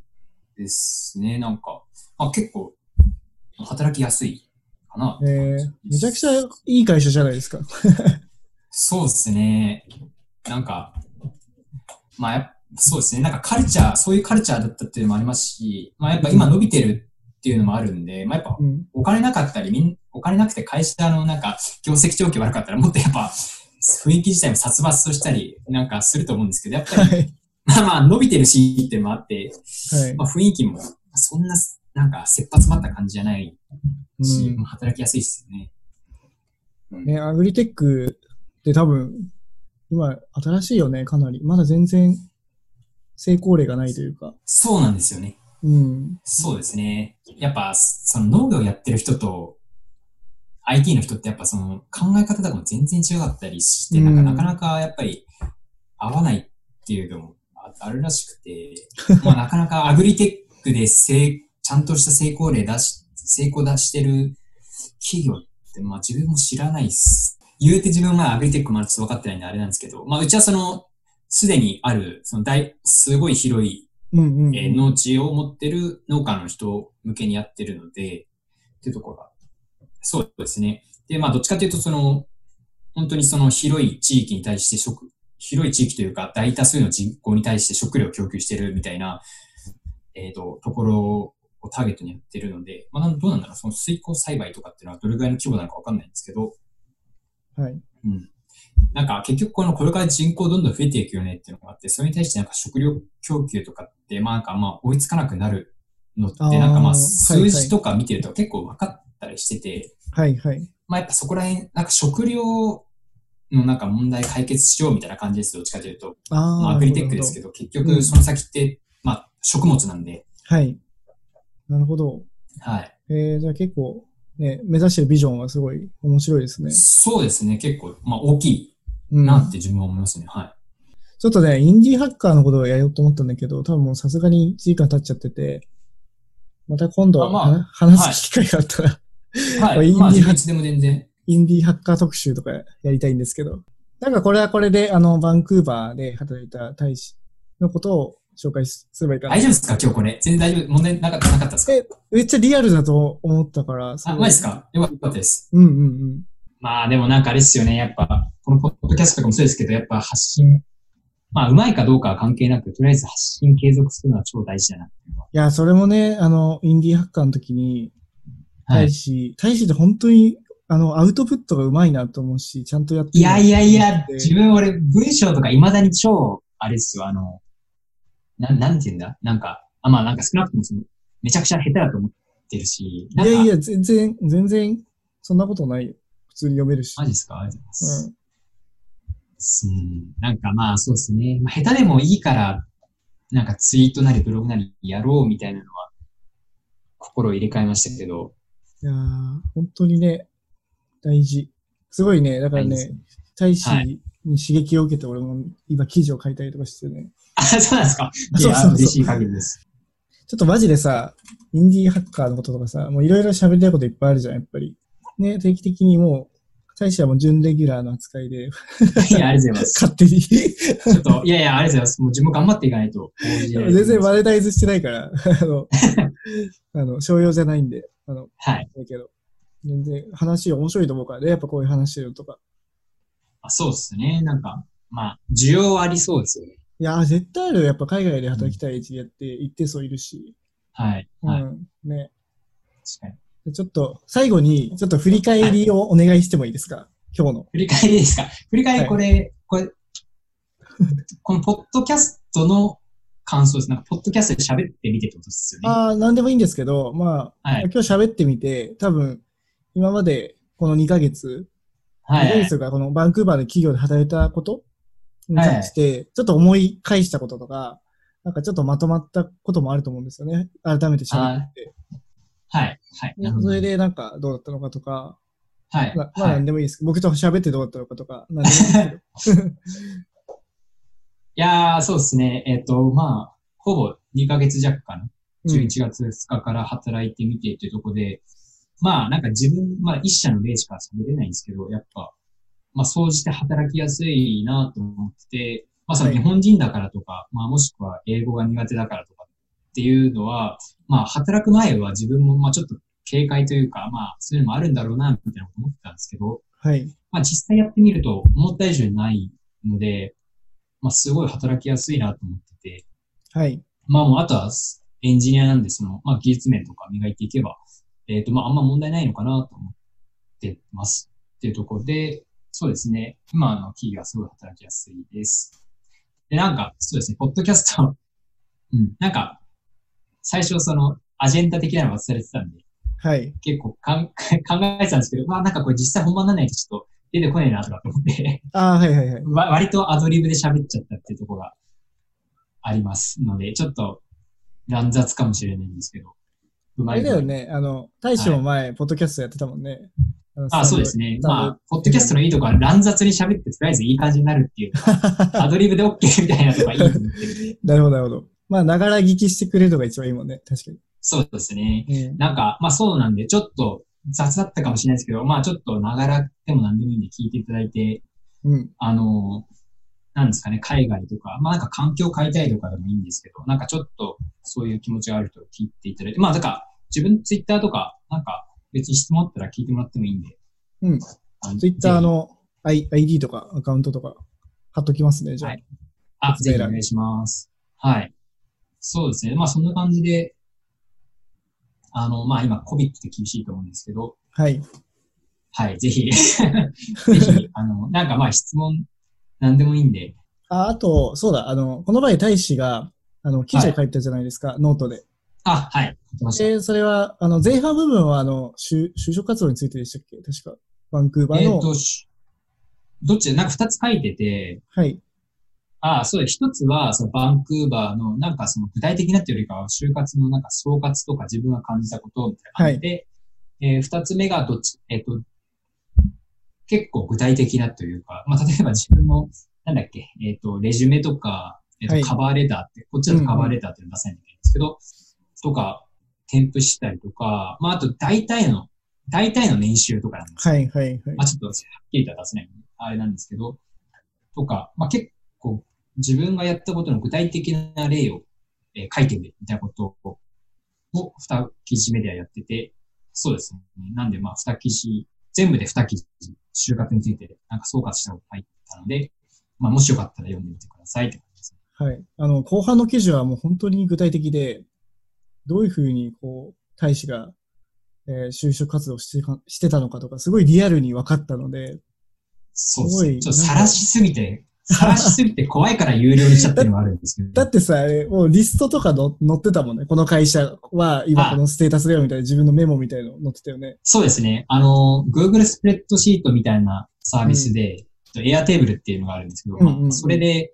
S2: ですね。なんか、まあ結構働きやすいかな
S1: えー、めちゃくちゃいい会社じゃないですか。
S2: そうですね。なんか、まあ、やっぱそうですね。なんかカルチャー、そういうカルチャーだったっていうのもありますし、まあやっぱ今伸びてるっていうのもあるんで、まあやっぱ
S1: うん。
S2: お金なかったり、みんお金なくて会社のなんか業績状況悪かったらもっとやっぱ雰囲気自体も殺伐としたりなんかすると思うんですけど、やっぱ
S1: は
S2: り
S1: い。はい。
S2: まあまあ伸びてるしっていうのもあって、まあ雰囲気もそんななんか切羽詰まった感じじゃないし、
S1: うん
S2: まあ働きやすいですよね。うん
S1: ね、アグリテックって多分、今、新しいよね、かなり。まだ全然、成功例がないというか。
S2: そうなんですよね。
S1: うん。
S2: そうですね。やっぱ、その農業やってる人と、IT の人ってやっぱその考え方とかも全然違かったりして、
S1: うん
S2: なんかなかなかやっぱり合わないっていうのもああるらしくて、 まあなかなかアグリテックでせちゃんとした成功例出し、成功出してる企業ってまあ自分も知らないっす。言うて自分はアグリテックまだちょっと分かってないんであれなんですけど、まあうちはその、すでにある、その大、すごい広い
S1: うんうん。
S2: えー農地を持ってる農家の人向けにやってるので、っていうところが。そうですね。で、まあ、どっちかというと、その、本当にその広い地域に対して食、広い地域というか、大多数の人口に対して食料を供給してるみたいな、えっ、と、ところをターゲットにやってるので、まあ、なんどうなんだろう、その水耕栽培とかっていうのはどれぐらいの規模なのかわかんないんですけど、
S1: はい。
S2: うん。なんか結局このこれから人口どんどん増えていくよねっていうのがあって、それに対してなんか食料供給とかって、まあなんかまあ追いつかなくなるのって、
S1: あー
S2: なんかまあ
S1: はいは
S2: 数
S1: い
S2: 字とか見てると結構分かったりしてて、
S1: はい、はい。
S2: まあやっぱそこら辺、なんか食料のなんか問題解決しようみたいな感じです、どっちかというと。
S1: あ
S2: ま
S1: あ。
S2: あアグリテックですけど、結局その先って、まあ食物なんで、
S1: ど。はい。なるほど。
S2: はい。
S1: えー、じゃあ結構、ね、目指してるビジョンはすごい面白いですね。
S2: そうですね、結構、まあ大きい
S1: うん。
S2: なって自分は思いますね、はい。
S1: ちょっとね、インディーハッカーのことをやろうと思ったんだけど、多分もうさすがに1時間経っちゃってて、また今度、
S2: あまあ
S1: は話す機会があったら、
S2: は
S1: まあ
S2: い。
S1: いい
S2: まあ、自分いつでも全然。
S1: インディーハッカー特集とかやりたいんですけど、なんかこれはこれで、あの、バンクーバーで働いた大使のことを紹介すればいいかな
S2: 大。丈夫ですか今日これ。全然大丈夫。問題なかった、なかったですか
S1: えめっちゃリアルだと思ったから、
S2: あ、
S1: ごい
S2: マジですかよかったです。
S1: うんうんうん。
S2: まあ、でもなんかあれですよね。やっぱ、このポッドキャストとかもそうですけど、やっぱ発信、まあ、うまいかどうかは関係なく、とりあえず発信継続するのは超大事だなっていうのは。
S1: いや、それもね、あの、インディーハッカーの時に、
S2: は
S1: 大
S2: い。
S1: 使、大使って本当に、あの、アウトプットがうまいなと思うし、ちゃんとやって
S2: いやいやいや、
S1: で
S2: 自分俺、文章とか未だに超、あれですよ、あの、なん、なんて言うんだなんか、あまあ、なんか少なくともその、めちゃくちゃ下手だと思ってるし、なん
S1: い
S2: か、
S1: やいや、全然、全然、そんなことないよ。普通に読めるし。
S2: マジですかありがとうございます。
S1: うん。
S2: うん、なんかまあそうですね。まあ、下手でもいいから、なんかツイートなりブログなりやろうみたいなのは、心を入れ替えましたけど。
S1: いやー本当にね、大事。すごいね、だから
S2: 大事
S1: ね
S2: で、
S1: 大使
S2: は
S1: に刺激を受けて、俺も今記事を書いたりとかしてね。
S2: あ、そうなんですかい
S1: そうそうそう
S2: や、嬉しい限りです。
S1: ちょっとマジでさ、インディーハッカーのこととかさ、もういろいろ喋りたいこといっぱいあるじゃん、やっぱり。ね、定期的にもう、大使はもう準レギュラーの扱いで、
S2: いや、ありがとうございます。
S1: 勝手に。
S2: ちょっと、いやいや、ありがとうございます。もう自分も頑張っていかないと。
S1: 全然マネタイズしてないから、 あの、あの商用じゃないんで、あの、
S2: はい。
S1: だけど、全然話面白いと思うからね、やっぱこういう話のとか。
S2: あそうですね。なんか、まあ、需要はありそうですよね。
S1: いやー、絶対あるよ。やっぱ海外で働きたいやって、一定数いるし。
S2: はい。
S1: うん。
S2: はい。確
S1: ね。
S2: かに。
S1: でちょっと、最後に、ちょっと振り返りをお願いしてもいいですか、今日の。
S2: 振り返りですか振り返りこれ、こ れ、このポッドキャストの感想です。なんか、ポッドキャストで喋ってみてってことですよね。
S1: ああ、なんでもいいんですけど、まあ、
S2: はい。
S1: 今日喋ってみて、多分、今までこの2ヶ月、2
S2: は
S1: ヶ
S2: い
S1: 月。というか、このバンクーバーで企業で働いたことに関して、ちょっと思い返したこととか、なんかちょっとまとまったこともあると思うんですよね。改めて喋って。
S2: はい。はい。なるほど
S1: それでなんかどうだったのかとか、
S2: はい。
S1: まあ、まあ
S2: はい
S1: 何
S2: い
S1: でもいいです。僕と喋ってどうだったのかとか、何でもいい ですけど。
S2: やー、そうですね。えっ、と、まあ、ほぼ2ヶ月弱かな。
S1: うん
S2: 11月2日から働いてみてっていうとこで、まあ、なんか自分、まあ、一社の例しか喋れないんですけど、やっぱ、まあ、総じて働きやすいなと思ってて、まあ、その
S1: はい
S2: 日本人だからとか、まあ、もしくは英語が苦手だからとかっていうのは、まあ、働く前は自分も、まあ、ちょっと警戒というか、まあ、そういうのもあるんだろうな、みたいなこと思ってたんですけど、
S1: はい。
S2: まあ、実際やってみると、思った以上にないので、まあ、すごい働きやすいなと思ってて、
S1: はい。
S2: まあ、もうあとはエンジニアなんで、その、まあ、技術面とか磨いていけば、えっ、と、まあ、あんま問題ないのかなと思ってます。っていうところで、そうですね。今のキーがすごい働きやすいです。で、なんか、そうですね、ポッドキャスト、 うん、なんか、最初その、アジェンダ的なのが忘れてたんで、
S1: はい。
S2: 結構かん 考えてたんですけど、まあなんかこれ実際本番にならないとちょっと出てこないなとかと思って、
S1: ああ、はいはいはい。
S2: わ割とアドリブで喋っちゃったっていうところがありますので、ちょっと乱雑かもしれないんですけど、う
S1: あ
S2: まい
S1: れ
S2: こ
S1: だ
S2: と
S1: よ。ね、あの、大使も前、ポッドキャストやってたもんね。の
S2: あそうですね。
S1: スタンド
S2: まあ、ポッドキャストのいいところは乱雑に喋ってとりあえずいい感じになるっていう、アドリブで OK みたいなとかいいと思ってるんで、
S1: なるほど、なるほど。まあ、ながら聞きしてくれるのが一番いいもんね。確か
S2: そうですね。
S1: に。うん、
S2: なんか、まあそうなんで、ちょっと雑だったかもしれないですけど、まあちょっとながらでも何でもいいんで聞いていただいて、
S1: うん。
S2: あの、なんですかね、海外とか、まあなんか環境を変えたいとかでもいいんですけど、なんかちょっとそういう気持ちがある人を聞いていただいて、まあだから自分ツイッターとか、なんか別に質問あったら聞いてもらってもいいんで。
S1: うん。
S2: あの
S1: ツイッター。
S2: ぜ
S1: の I- ID とかアカウントとか貼っときますね、じゃあ。
S2: はいひあ、ぜひお願いします。はい。そうですね。まあそんな感じで、あの、まあ今 COVID って厳しいと思うんですけど、
S1: はい。
S2: はい、ぜひ、 ぜひ、あの、なんかまあ質問、なんでもいいんで、
S1: ああと、そうだ、あの、この前大使が、あの、記事書いたじゃないですか、ノートで。
S2: あ、はい、書きました。
S1: で、それは、あの、前半部分は、あの、就就職活動についてでしたっけ確か。バンクーバー
S2: えっ、
S1: の。
S2: と、しどっちだなんか二つ書いてて、
S1: はい。
S2: ああ、そうだ、一つは、そのバンクーバーの、なんかその具体的なっていうよりかは、就活のなんか総括とか自分が感じたことみたいな感じで、えー二つ目がどっち、えっ、と、結構具体的なというか、まあ、例えば自分の、なんだっけ、えっ、と、レジュメとか、えっ、
S1: はい
S2: と、カバーレターって、こっちだとカバーレターっていうの出さないといけないんですけど、とか、添付したりとか、まあ、あと大体の、大体の年収とかなんですけど
S1: はい、はい、はい
S2: まあ。ちょっとはっきりとは出せないんで、あれなんですけど、とか、まあ結構自分がやったことの具体的な例を、えー書いてみるみたいなことを、を二記事目ではやってて、そうですね。なんでまあ二記事、全部で二記事、就活についてなんか総括したことが入ったので、まあもしよかったら読んでみてくださいって感じですね。
S1: はい。あの、後半の記事はもう本当に具体的で、どういうふうに、こう、大使が、えー就職活動をしてかしてたのかとか、すごいリアルに分かったので、
S2: そう
S1: す
S2: ですね。ち
S1: ご
S2: ょ
S1: い
S2: っと晒しす ぎて、晒しすぎて怖いから有料にしちゃってるのもあるんですけど。
S1: だってさ、あれもうリストとかの載ってたもんね。この会社は今このステータスだよみたいな自分のメモみたいの載ってたよね。
S2: そうですね。あの、Google スプレッドシートみたいなサービスで、エアテーブルっていうのがあるんですけど、
S1: うんうんうん
S2: まあ、それで、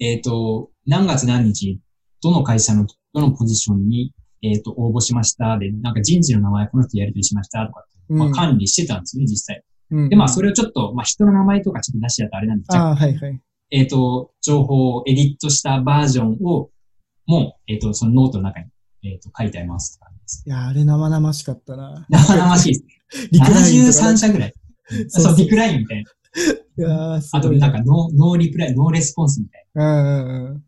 S2: えっ、と、何月何日、どの会社の、どのポジションに、えっ、と、応募しました。で、なんか人事の名前、この人やり取りしました。とかって、ま
S1: う
S2: あ、
S1: ん
S2: 管理してたんですよね、実際。
S1: うん
S2: で、まあ、それをちょっと、まあ、人の名前とかちょっと出しちゃうとあれなんで、若干
S1: ああ、はいはい。
S2: えっ、と、情報をエディットしたバージョンを、もう、えっ、と、そのノートの中に、えっ、と、書いてありますって感じ です。
S1: いや、あれ生々しかったな。
S2: 生々しいです。
S1: リクラインとか
S2: 73
S1: ね
S2: 社ぐらい。
S1: そう
S2: そう、
S1: そう
S2: リクラインみたいな。
S1: いやーす
S2: あと
S1: ごい
S2: なんかノー、ノーリプライ、ノーレスポンスみたい
S1: うんう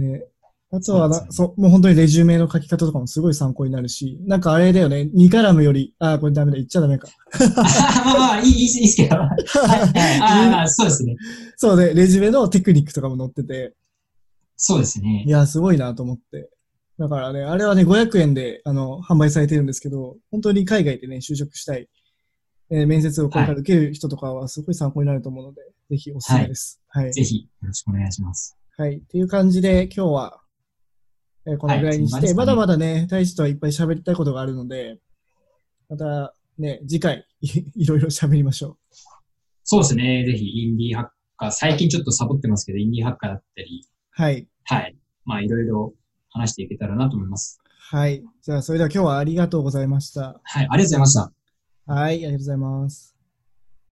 S1: んうん。ね、あとは
S2: そう
S1: な、
S2: です
S1: そう、もう本当にレジュメの書き方とかもすごい参考になるし、なんかあれだよね、2カラムより、ああ、これダメだ、言っちゃダメか。
S2: な。まあまあ、いい、いいいいっすけど。はいはいあーまあ、そうですね。
S1: そうね、レジュメのテクニックとかも載ってて、
S2: そうですね
S1: い。やー、すごいなと思って。だからね、あれはね、500円で、あの、販売されてるんですけど、本当に海外でね、就職したい、えー面接をこれから受ける人とかはすごい参考になると思うので、ぜひおすすめです。はい。
S2: ぜひ、よろしくお願いします。
S1: はい。っていう感じで、今日は、えーこのぐらいにして、
S2: はい
S1: まだまだね、大使とはいっぱい喋りたいことがあるので、またね、次回、い いろいろ喋りましょ
S2: そうですね。ぜひ、インディーハッカー、最近ちょっとサボってますけど、インディーハッカーだったり、
S1: う。はい。
S2: はい。まあ、いろいろ話していけたらなと思います。
S1: はい。じゃあ、それでは今日はありがとうございました。
S2: はい。ありがとうございました。
S1: はい、ありがとうございます。